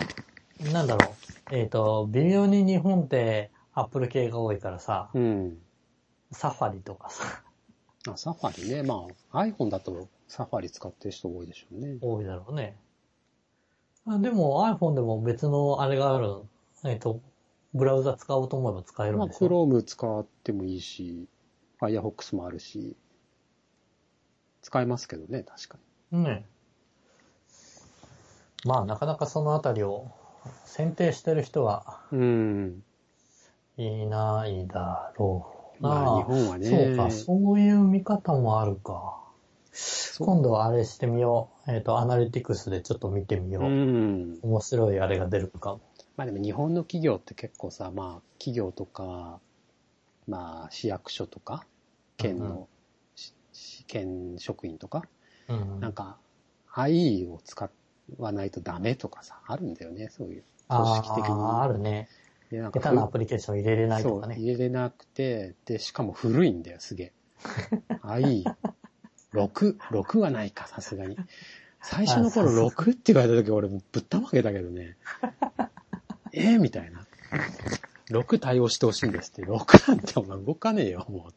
Speaker 2: なんだろう。えっ、と、微妙に日本ってアップル系が多いからさ、
Speaker 1: うん。
Speaker 2: サファリとかさ、
Speaker 1: あ、サファリね。まあ iPhone だとサファリ使ってる人多いでしょうね。
Speaker 2: 多いだろうね。あでも iPhone でも別のあれがある。えっ、と、ブラウザ使おうと思えば使える
Speaker 1: まあ、
Speaker 2: んでしょ、
Speaker 1: Chrome 使ってもいいし、Firefox もあるし、使えますけどね、確か
Speaker 2: ね。まあ、なかなかそのあたりを選定してる人は
Speaker 1: に。うん。
Speaker 2: いないだろうな。
Speaker 1: まあ、日本はね。
Speaker 2: そうか、そういう見方もあるか。今度はあれしてみよう。えっ、と、アナリティクスでちょっと見てみよう。
Speaker 1: うん。
Speaker 2: 面白いあれが出るかも。
Speaker 1: まあでも日本の企業って結構さ、まあ、企業とか、まあ、市役所とか、県
Speaker 2: うんう
Speaker 1: の、しし県職員とか、
Speaker 2: うん
Speaker 1: なんか、IE を使わないとダメとかさ、あるんだよね、そういう。
Speaker 2: あ
Speaker 1: 組織的に
Speaker 2: あ、あるね。
Speaker 1: で、なん
Speaker 2: 下手なアプリケーション入れれないとか
Speaker 1: そう、
Speaker 2: ね。
Speaker 1: 入れれなくて、で、しかも古いんだよ、すげ え。あ、いい。6、6はないか、さすがに。最初の頃
Speaker 2: あそう
Speaker 1: 6って言われた時俺ぶったまげたけど ね。えー、みたいな。6対応してほしいんですって。6なんてお前動かねえよ、もう。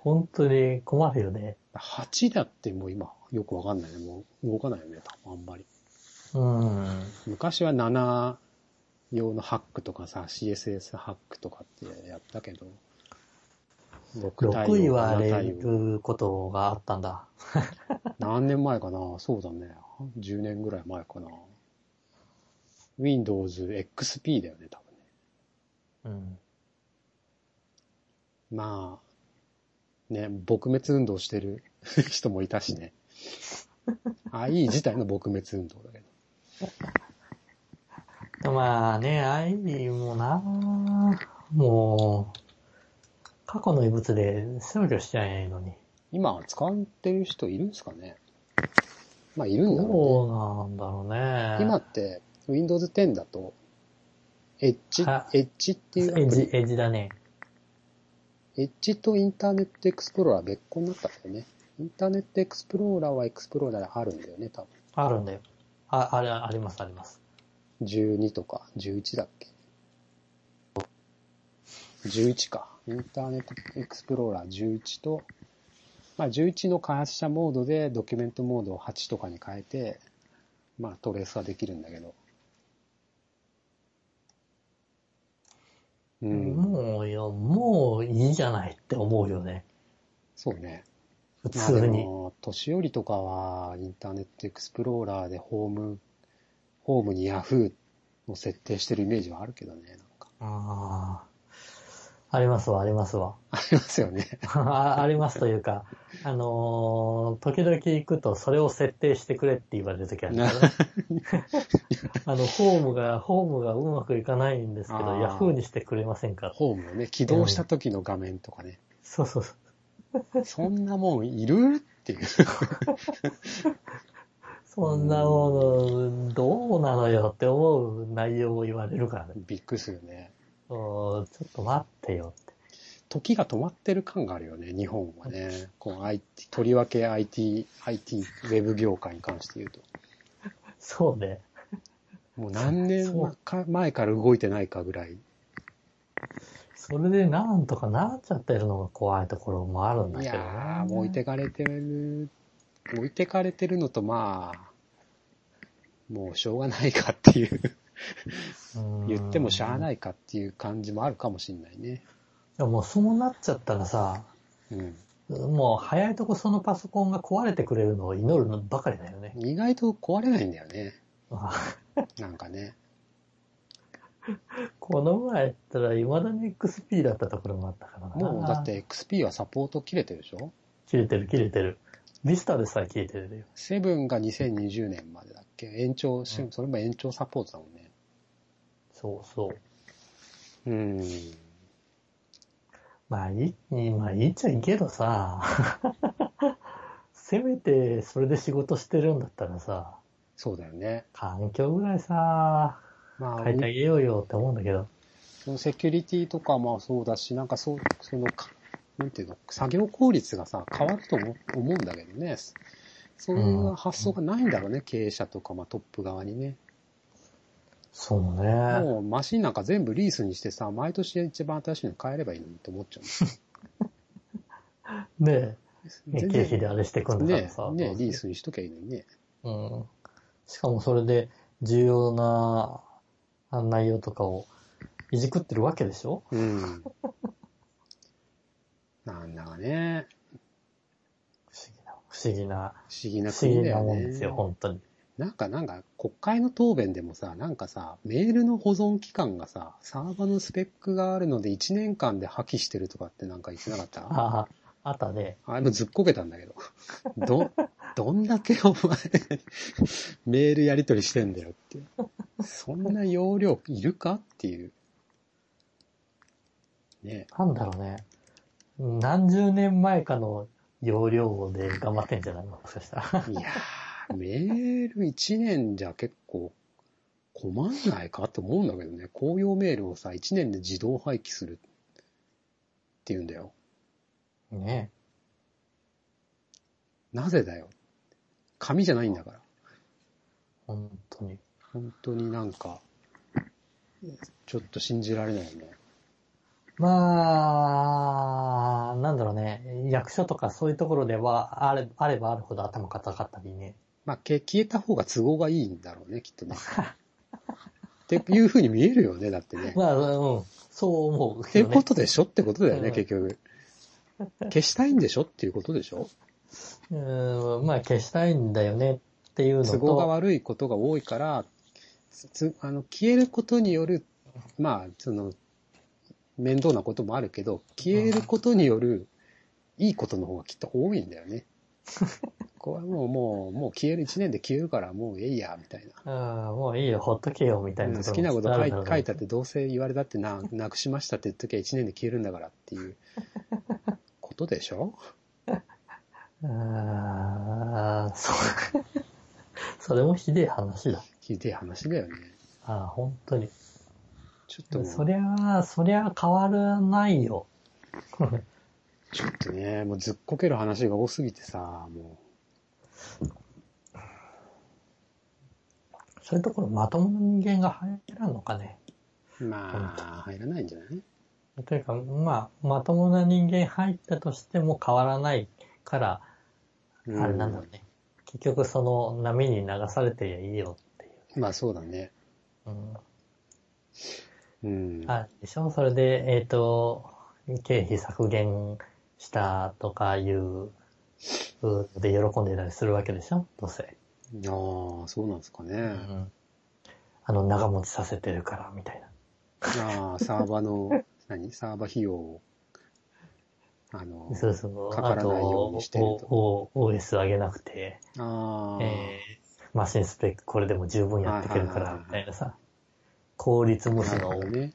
Speaker 2: 本当に困るよね。
Speaker 1: 8だってもう今よくわかんないね。もう動かないよね、多分あんまり。
Speaker 2: うん。
Speaker 1: 昔は7用のハックとかさ、CSS ハックとかってやったけど。6
Speaker 2: 6位は入れ
Speaker 1: 対応
Speaker 2: ることがあったんだ。
Speaker 1: 何年前かなそうだね。10年ぐらい前かな。Windows XP だよね、多分ね。
Speaker 2: うん。
Speaker 1: まあ、ね、撲滅運動してる 人もいたしね。 IE 自体の撲滅運動だけど。
Speaker 2: まあね、アイビーもな、もう、過去の遺物で制御しちゃえないのに。
Speaker 1: 今、使ってる人いるんですかねまあ、いるんだろ
Speaker 2: どうなんだろう
Speaker 1: うね。
Speaker 2: ね。
Speaker 1: 今って Windows 10だと、エッジ、
Speaker 2: あ
Speaker 1: エッジって
Speaker 2: エ
Speaker 1: いうアプ
Speaker 2: ッ
Speaker 1: リ
Speaker 2: ジ、エッジだね。
Speaker 1: エッジとインターネットエクスプローラー別個になったんだよね。インターネットエクスプローラーはエクスプローラーであるんだよね、多
Speaker 2: あるんだよ。あ、あれ、あります、あります。
Speaker 1: 分。12とか11だっけ。11か。インターネットエクスプローラー11と、まあ11の開発者モードでドキュメントモードを8とかに変えて、まあトレースはできるんだけど。うん、
Speaker 2: もうよ、もういいじゃないって思うよね。
Speaker 1: そうね。
Speaker 2: 普
Speaker 1: まあで
Speaker 2: 通に。
Speaker 1: も、年寄りとかは、インターネットエクスプローラーでホーム、ホームに Yahoo を設定してるイメージはあるけどね、なんか。
Speaker 2: ああ。ありますわ、ありますわ。
Speaker 1: ありますよね。
Speaker 2: あありますというか、あのー時々行くとそれを設定してくれって言われる時あるからね あの、ホームが、ホームがうまくいかないんですけ
Speaker 1: あ
Speaker 2: ど、
Speaker 1: ー
Speaker 2: ヤフーにしてくれませんか
Speaker 1: ホームをね、起動した時の画面とかね。
Speaker 2: そうそうそう。
Speaker 1: そんなもんいるっていう。
Speaker 2: そんなもの、どうなのよって思う内容を言われるからね。
Speaker 1: びっくりするよね。
Speaker 2: おーちょっと待ってよって。
Speaker 1: 時が止まってる感があるよね、日本はね。この IT、とりわけ IT、IT、ウェブ業界に関して言うと。
Speaker 2: そうね。
Speaker 1: もう何年
Speaker 2: そう
Speaker 1: か前から動いてないかぐらい。
Speaker 2: それでなんとかなっちゃってるのが怖いところもあるんだ
Speaker 1: い
Speaker 2: けど、ね。
Speaker 1: やー、置いてかれてる、置いてかれてるのとまあ、もうしょうがないかっていう、
Speaker 2: うん
Speaker 1: 言ってもしゃあないかっていう感じもあるかもしんないね。
Speaker 2: でももうそうなっちゃったらさ、
Speaker 1: うん。
Speaker 2: もう早いとこそのパソコンが壊れてくれるのを祈るのばかりだよね。
Speaker 1: 意外と壊れないんだよね。
Speaker 2: あ
Speaker 1: なんかね。
Speaker 2: この前やったら未だに XP だったところもあったからな。
Speaker 1: もうだっ。て XP はサポート切れてるでしょ
Speaker 2: 切れてる切れてる。ビスタでさえ切れてるよ。
Speaker 1: セブンが2020年までだっけ延長し、
Speaker 2: うん
Speaker 1: それも延長サポートだもんね。
Speaker 2: そうそう。
Speaker 1: うん。
Speaker 2: まあいい、まあいいっちゃいいけどさ、 せめてそれで仕事してるんだったらさ、
Speaker 1: そうだよね。
Speaker 2: 環境ぐらいさ、
Speaker 1: まあ、
Speaker 2: 変えてあげようよって思うんだけど。
Speaker 1: そのセキュリティとかもそうだし、なんかそう、その、かなんていうの、作業効率がさ、変わると思思うんだけどね。そういう発想がないんだろうね、経営者とか、まあトップ側にね。
Speaker 2: そうね。
Speaker 1: もうマシンなんか全部リースにしてさ、毎年一番新しいの変えればいいのにって思っちゃ
Speaker 2: で、
Speaker 1: うんだ
Speaker 2: ね
Speaker 1: よ。
Speaker 2: 経費であれしてくんだから
Speaker 1: ね
Speaker 2: さ。
Speaker 1: ね
Speaker 2: どうする
Speaker 1: リースにしときゃいいのにね。
Speaker 2: うん。しかもそれで重要なあ内容とかをいじくってるわけでしょ
Speaker 1: うん。なんだかね、
Speaker 2: 不思議な、不思議な、
Speaker 1: 不思議な
Speaker 2: 不思
Speaker 1: 国
Speaker 2: 議
Speaker 1: だ
Speaker 2: な
Speaker 1: よ
Speaker 2: もん
Speaker 1: ね。
Speaker 2: ですよ、本当に。
Speaker 1: なんか、なんか、国会の答弁でもさ、なんかさ、メールの保存期間がさ、サーバーのスペックがあるので1年間で破棄してるとかってなんか言ってなかったあ
Speaker 2: ああ、あったね。
Speaker 1: あれもずっこけたんだけど。ど、どんだけお前、 メールやり取りしてんだよっていう。そんな容量いるかっていう。ね
Speaker 2: なんだろうね。何十年前かの容量で頑張ってんじゃないのもしかしたら。
Speaker 1: いやー、メール1年じゃ結構困んないかって思うんだけどね。公用メールをさ、1年で自動廃棄するっていうんだよ。
Speaker 2: ね
Speaker 1: なぜだよ。紙じゃないんだから。
Speaker 2: 本当に。
Speaker 1: 本当になんか、ちょっと信じられないよね。
Speaker 2: まあ、なんだろうね。役所とかそういうところでは、あれあればあるほど頭固かったりね。
Speaker 1: まあ、け消えた方が都合がいいんだろうね、きっとね。っていう風に見えるよね、だってね。
Speaker 2: まあ、うん。そう思う
Speaker 1: っ
Speaker 2: け
Speaker 1: て
Speaker 2: どね。
Speaker 1: ことでしょってことだよ
Speaker 2: う
Speaker 1: ね、
Speaker 2: ん
Speaker 1: 結局。消したいんでしょっていうことでしょ
Speaker 2: うーん、まあ消したいんだよねっていうのと。
Speaker 1: 都合が悪いことが多いから、つつあの消えることによる、まあ、その、面 倒なこともあるけど、消えることによる、いいことの方がきっと多いんだよね。ここはもう、もう、もう消える、1年で消えるから、もうええや、みたいな。
Speaker 2: ああ、もういいよ、ほっとけよ、みたいな
Speaker 1: うん
Speaker 2: とこ
Speaker 1: 好き
Speaker 2: ろも
Speaker 1: なこと
Speaker 2: あ
Speaker 1: 書
Speaker 2: る
Speaker 1: い
Speaker 2: だろうね
Speaker 1: 書いたってどうせ言われたってな、なくしましたって言っときゃ1年で消えるんだからっていうことでしょ
Speaker 2: ああ、そう。 それもひでえ話だ。
Speaker 1: ひでえ話だよね。
Speaker 2: ああ、本当に。
Speaker 1: ちょっともう
Speaker 2: そりゃあ、そりゃあ変わらないよ。
Speaker 1: ちょっとね、もうずっこける話が多すぎてさ、も
Speaker 2: そういうところまともな人間が入らんのかね。
Speaker 1: う、まあ、入らないんじゃない
Speaker 2: というか、まあ、まともな人間入ったとしても変わらないから、あ
Speaker 1: うん
Speaker 2: れなんだろうね。結局その波に流されてりゃいいよっていう。
Speaker 1: まあそうだね。
Speaker 2: うん、
Speaker 1: うん。
Speaker 2: あでしょそれで、えっ、と、経費削減したとかいう、うで喜んでたりするわけでしょどうせ。
Speaker 1: ああ、そうなんですかね。
Speaker 2: うん。あの、長持ちさせてるから、みたいな。
Speaker 1: ああ、サーバー の、何サーバー費用を、あの、
Speaker 2: そうそう。
Speaker 1: かからないようにしてる
Speaker 2: あと、おお OS 上げなくて、
Speaker 1: ああ、
Speaker 2: えーマシンスペックこれでも十分やってくれるか
Speaker 1: はいはいはい
Speaker 2: ら、
Speaker 1: はい
Speaker 2: みたいなさ。効率無視
Speaker 1: なる
Speaker 2: の
Speaker 1: ほどね。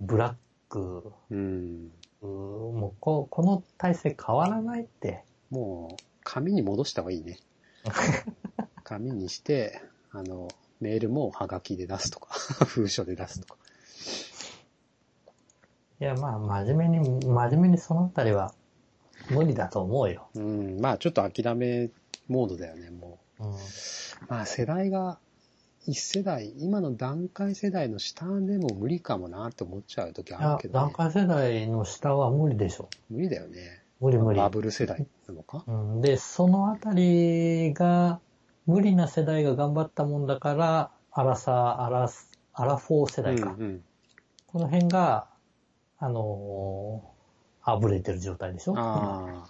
Speaker 2: ブラック、
Speaker 1: うん。
Speaker 2: うーもうここの体制変わらないって。
Speaker 1: もう、紙に戻した方がいい ね。紙にして、あの、メールもハガキで出すとか、 封書で出すとか。
Speaker 2: いや、まあ、真面目に、真面目にそのあたりは無理だと思うよ。
Speaker 1: うん、まあちょっと諦めモードだよね、も
Speaker 2: うん。
Speaker 1: う。まあ世代が、一世代、今の段階世代の下でも無理かもなって思っちゃう時
Speaker 2: い
Speaker 1: あ
Speaker 2: や
Speaker 1: るけ、ど、
Speaker 2: 段
Speaker 1: ね、
Speaker 2: 階世代の下は無理でしょ。
Speaker 1: 無理だよね。
Speaker 2: 無理無理。
Speaker 1: バブル世代なのか
Speaker 2: うん、で、そのあたりが、無理な世代が頑張ったもんだから、アラサー、アラス、アラフォー世
Speaker 1: う
Speaker 2: 代
Speaker 1: ん、
Speaker 2: か。
Speaker 1: うん。
Speaker 2: この辺が、あのー、あぶれてる状態でしょ
Speaker 1: ああ。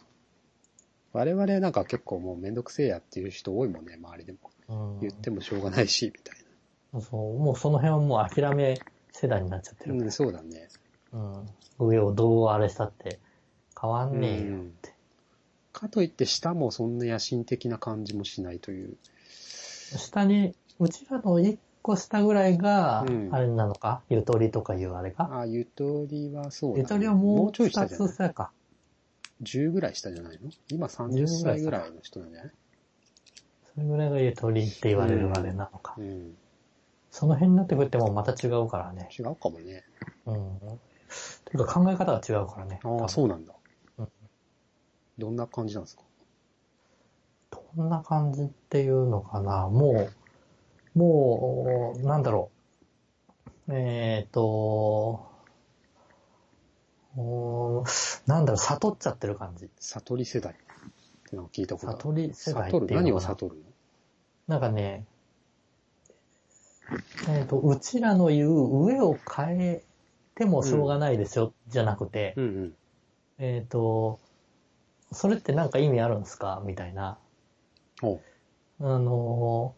Speaker 1: 我々なんか結構もうめんどくせえやっていう人多いもんね、周りでも。
Speaker 2: うん、
Speaker 1: 言ってもしょうがないし、みたい
Speaker 2: そう、もうその辺はもう諦め世代になっちゃって
Speaker 1: な。
Speaker 2: る
Speaker 1: う。ん、そうだね。
Speaker 2: うん。上をどうあれしたって変わんねえよって。
Speaker 1: かといって下もそんな野心的な感じもしないという。
Speaker 2: 下に、うちらの一個下ぐらいが
Speaker 1: うん、
Speaker 2: あれなのか、ゆとりとかいうあれか。
Speaker 1: ああ、ゆとりはそうだ、ね。
Speaker 2: ゆとりはもう
Speaker 1: ちょい
Speaker 2: 二
Speaker 1: 下じゃな
Speaker 2: つ
Speaker 1: い
Speaker 2: 下か。
Speaker 1: 10ぐらい下じゃないの今30歳ぐらいの人なんじゃない
Speaker 2: それぐらいがゆとりって言われるあれなのか。
Speaker 1: うん。
Speaker 2: その辺になってくるってもうまた違うからね。
Speaker 1: 違うかもね。
Speaker 2: うん。ていうか考え方が違うからね。
Speaker 1: ああ、そうなんだ
Speaker 2: うん。
Speaker 1: どんな感じなんですか
Speaker 2: どんな感じっていうのかな。もう、もう、なんだろう。えっ、と、おーなんだろう、悟っちゃってる感じ。
Speaker 1: 悟り世代ってなんか聞いたことある。
Speaker 2: 悟り世代ってい
Speaker 1: 悟る
Speaker 2: うのかな
Speaker 1: 何を悟るの
Speaker 2: なんかね、えっ、と、うちらの言う上を変えてもしょうがないですよ、じゃなくて、
Speaker 1: うんうん。
Speaker 2: えっ、と、それってなんか意味あるんですかみたいな。
Speaker 1: おう
Speaker 2: あの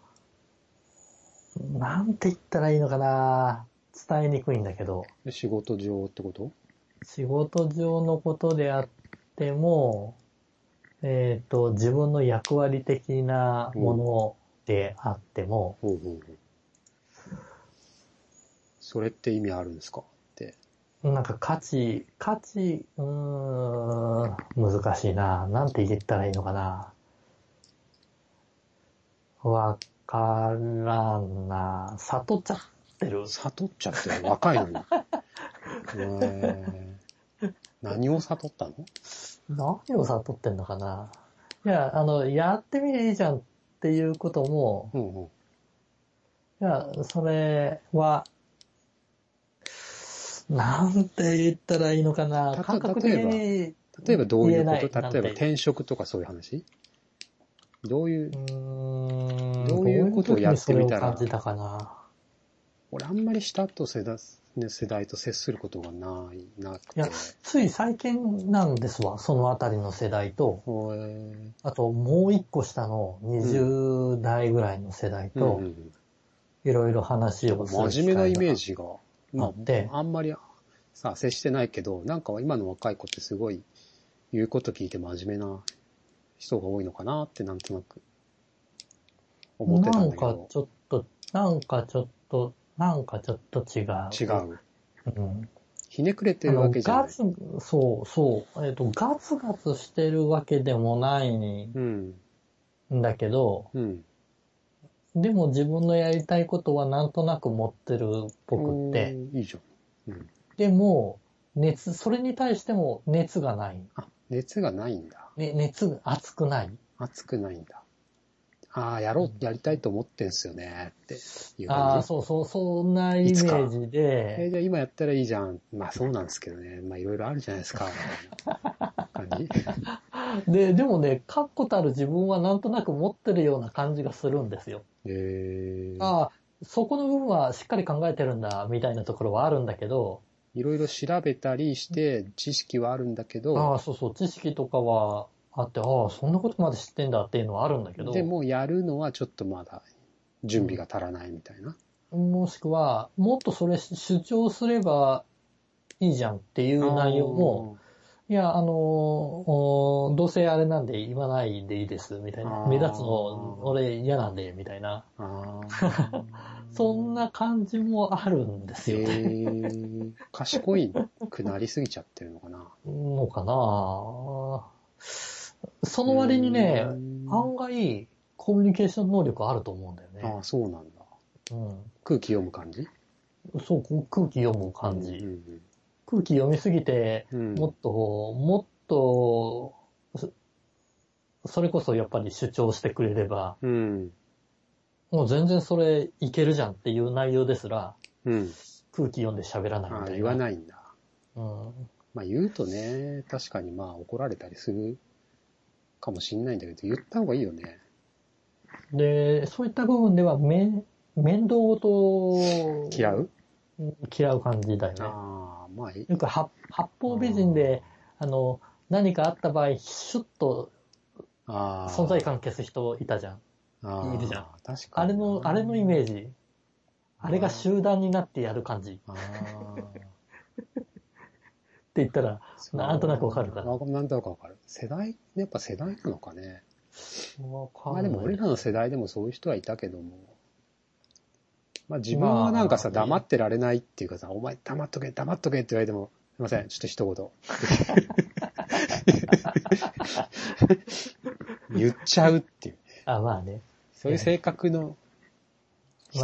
Speaker 2: ー、なんて言ったらいいのかな伝えにくいんだけど、
Speaker 1: で仕事上ってこと
Speaker 2: 仕事上のことであっても、えっ、と、自分の役割的なものであっても、
Speaker 1: ほうほうほう。それって意味あるんですかって。
Speaker 2: なんか価値、価値、うーん、難しいななんて言ったらいいのかなわからんな悟っちゃってる。
Speaker 1: 悟っちゃってる若いの に。えー何を悟ったの
Speaker 2: 何を悟ってんのかないや、あの、やってみりゃいいじゃんっていうことも、
Speaker 1: うんうん。
Speaker 2: いや、それは、なんて言ったらいいのかな
Speaker 1: た
Speaker 2: 感覚的に、
Speaker 1: 例えばどういう
Speaker 2: 言
Speaker 1: こ
Speaker 2: え
Speaker 1: と
Speaker 2: ない
Speaker 1: 例えば
Speaker 2: なんて
Speaker 1: 転職とかそういう話どういう
Speaker 2: う、ーん
Speaker 1: どういうことをやってみたら
Speaker 2: どういう時にそれを感じたかな
Speaker 1: 俺あんまり下と世代ね世代と接することがない、なく
Speaker 2: い
Speaker 1: て。
Speaker 2: や、つい最近なんですわ、そのあたりの世代と、
Speaker 1: ほえー
Speaker 2: あともう一個下の20代ぐらいの世代
Speaker 1: うん
Speaker 2: と
Speaker 1: う、ん
Speaker 2: いろいろ話
Speaker 1: う
Speaker 2: を
Speaker 1: ん
Speaker 2: する
Speaker 1: 真面
Speaker 2: 機会が
Speaker 1: 目なイメージが、ま
Speaker 2: あって
Speaker 1: あ、あんまりさ、接してないけど、なんか今の若い子ってすごい、言うこと聞いて真面目な人が多いのかなってなんとなく思ってた
Speaker 2: なんん
Speaker 1: だけ
Speaker 2: か
Speaker 1: ど。
Speaker 2: ちょっと、なんかちょっと、なんかちょっと違う。
Speaker 1: 違。う。
Speaker 2: うん。
Speaker 1: ひねくれてるわけじゃ
Speaker 2: あの
Speaker 1: な
Speaker 2: ガ
Speaker 1: い。
Speaker 2: ツ、そう、そう。えっ、と、ガツガツしてるわけでもないん
Speaker 1: うん。
Speaker 2: だけど、
Speaker 1: うん。
Speaker 2: でも自分のやりたいことはなんとなく持ってるっぽくて。
Speaker 1: うん。いいじゃん。うん。
Speaker 2: でも、熱、それに対しても熱がない。
Speaker 1: あ、熱がないんだ。
Speaker 2: ね、熱が熱くない。
Speaker 1: 熱くないんだ。ああ、やろう、やりたいと思ってんすよね、っていう感じ。
Speaker 2: ああ、そうそう、そんなイメージ
Speaker 1: えー
Speaker 2: で、
Speaker 1: じゃあ今やったらいいじゃん。まあそうなんですけどね。まあいろいろあるじゃないですか。みたいな 感じ。
Speaker 2: で、でもね、確固たる自分はなんとなく持ってるような感じがするんですよ。
Speaker 1: えー、
Speaker 2: ああ、そこの部分はしっかり考えてるんだ、みたいなところはあるんだけど、
Speaker 1: いろいろ調べたりして知識はあるんだけ
Speaker 2: あ
Speaker 1: ど、
Speaker 2: あ、そうそう、知識とかはあって、ああ、そんなことまで知ってんだっていうのはあるんだけど、
Speaker 1: でもやるのはちょっとまだ準備が足らないみたいな。
Speaker 2: もしくは、もっとそれ主張すればいいじゃんっていう内容も、いや、あのーおーどうせあれなんで言わないでいいです、みたい
Speaker 1: あ
Speaker 2: な。
Speaker 1: ー
Speaker 2: 目立つの、俺嫌なんで、みたいな。
Speaker 1: あー。あー
Speaker 2: そんな感じもあるんです
Speaker 1: え
Speaker 2: よ。
Speaker 1: ー、賢いくなりすぎちゃってるのかな。
Speaker 2: のかなその割にね
Speaker 1: う、ん
Speaker 2: 案外、コミュニケーション能力あると思うんだよ
Speaker 1: あ
Speaker 2: ね
Speaker 1: あ、。そうなんだ。
Speaker 2: う
Speaker 1: 空気読む感じ
Speaker 2: ん、そう、こう空気読む感じ。
Speaker 1: うん
Speaker 2: 空気読みすぎて、
Speaker 1: うんうん
Speaker 2: もっと、もっと、そそれこそやっぱり主張してくれれば、
Speaker 1: うん。
Speaker 2: もう全然それいけるじゃんっていう内容ですら、
Speaker 1: うん。
Speaker 2: 空気読んで喋らないみ
Speaker 1: ああ、
Speaker 2: たいな。
Speaker 1: 言わ
Speaker 2: い。
Speaker 1: ないんだ。
Speaker 2: うん。
Speaker 1: まあ言うとね、確かにまあ怒られたりするかもしんないんだけど、言った方がいいよね。
Speaker 2: で、そういった部分では、めん、面倒と、
Speaker 1: 嫌う
Speaker 2: 嫌う感じだよね。
Speaker 1: ああ、まあいい。
Speaker 2: よく八八方美人で、あの、何かあった場合、シュッと
Speaker 1: ああ。
Speaker 2: 存在感消す人いたじゃん。
Speaker 1: ああ
Speaker 2: いるじゃん。
Speaker 1: 確か
Speaker 2: あ
Speaker 1: に。
Speaker 2: れの、あれのイ
Speaker 1: ジ。
Speaker 2: メージ。あれが集団になってやる感じって
Speaker 1: あ
Speaker 2: 言った
Speaker 1: あ。
Speaker 2: ら、なんとなくわかるかな
Speaker 1: わなんとなくわかる。世代、やっぱ世代なのかね。
Speaker 2: わか
Speaker 1: ま
Speaker 2: んな
Speaker 1: あ
Speaker 2: い
Speaker 1: でも俺らの世代でもそういう人はいたけども。まあ自分はなんかさ、
Speaker 2: まあ
Speaker 1: 黙ってられないっていうかさ、お前黙っとけ、黙っとけって言われても、すいません、ちょっと一 言。言っちゃうっていう。
Speaker 2: あ、まあね。
Speaker 1: そういう性格の、
Speaker 2: ま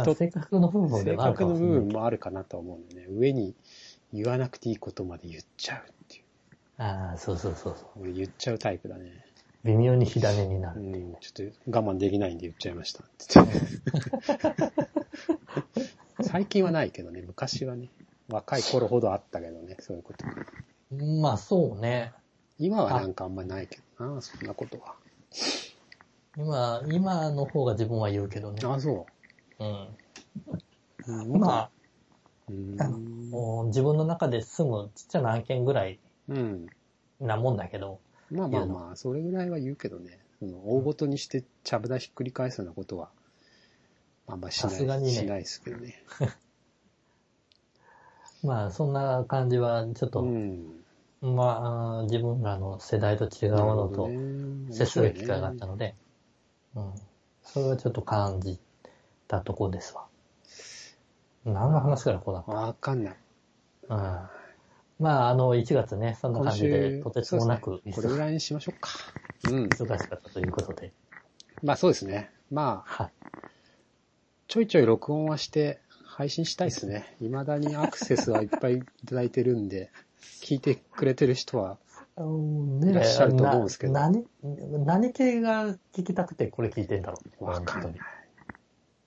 Speaker 2: あ、
Speaker 1: 人
Speaker 2: 性格の部分で
Speaker 1: 性
Speaker 2: もある
Speaker 1: 格
Speaker 2: か
Speaker 1: の
Speaker 2: もし
Speaker 1: 部
Speaker 2: れ
Speaker 1: 分
Speaker 2: ない。
Speaker 1: もあるかなと思うんだよね。上に言わなくていいことまで言っちゃうっていう。
Speaker 2: ああ、そうそうそうそう。
Speaker 1: 俺言っちゃうタイプだね。
Speaker 2: 微妙に火種にな
Speaker 1: う
Speaker 2: る。
Speaker 1: ん、ちょっと我慢できないんで言っちゃいました。 つって最近はないけどね、昔はね。若い頃ほどあったけどね、そういうこと。
Speaker 2: まあそうね。
Speaker 1: 今はなんかあんまないけどな、そんなことは。
Speaker 2: 今、今の方が自分は言うけどね。
Speaker 1: あ、そ
Speaker 2: うん。
Speaker 1: う。うん
Speaker 2: まあ、
Speaker 1: うん
Speaker 2: あのもう自分の中で住むちっちゃな案件ぐらい
Speaker 1: うん。
Speaker 2: なもんだけど、
Speaker 1: まあまあまあ、それぐらいは言うけどね。その大ごとにしてちゃぶ台ひっくり返すようなことは、あんましない
Speaker 2: さすがにね
Speaker 1: しないですけどね。
Speaker 2: まあそんな感じはちょっと、
Speaker 1: うん。
Speaker 2: まあ自分らの世代と違う
Speaker 1: なる
Speaker 2: もの
Speaker 1: ほど
Speaker 2: と
Speaker 1: ね
Speaker 2: 接する機会があ
Speaker 1: 面白い
Speaker 2: っ
Speaker 1: ね
Speaker 2: たので、うん。それはちょっと感じたとこですわ。何の話からこうなった
Speaker 1: わかんない。
Speaker 2: うんまあ、あの、1月ね、そんな感じで、とてつもなく
Speaker 1: そうですねこ
Speaker 2: 忙
Speaker 1: れぐらいにしましょうか。うん。
Speaker 2: しかったということで、
Speaker 1: まあそうですね。まあ、
Speaker 2: はい。
Speaker 1: ちょいちょい録音はして配信したいですね。未だにアクセスはいっぱいいただいてるんで、聞いてくれてる人は、
Speaker 2: ね
Speaker 1: いらっしゃると思うんですけど
Speaker 2: な何、何系が聞きたくてこれ聞いてんだろう。
Speaker 1: わかんない
Speaker 2: 本。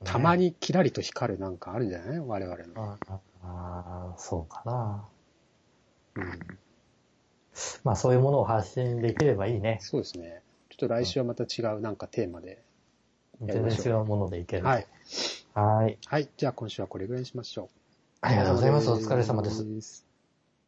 Speaker 2: 当
Speaker 1: たま
Speaker 2: に。
Speaker 1: にキラリと光るなんかあるんじゃない我々の。
Speaker 2: ああ、そうかな。
Speaker 1: うん。
Speaker 2: まあ、そういうものを発信できればいいね。
Speaker 1: そうですね。ちょっと来週はまた違うなんかテーマで。やり
Speaker 2: 全
Speaker 1: ましょう
Speaker 2: 然違うものでいける。
Speaker 1: はい。。
Speaker 2: はい。
Speaker 1: はい。じゃあ今週はこれぐらいにしましょう。
Speaker 2: ありがとうございます。お疲れ様です。
Speaker 1: す。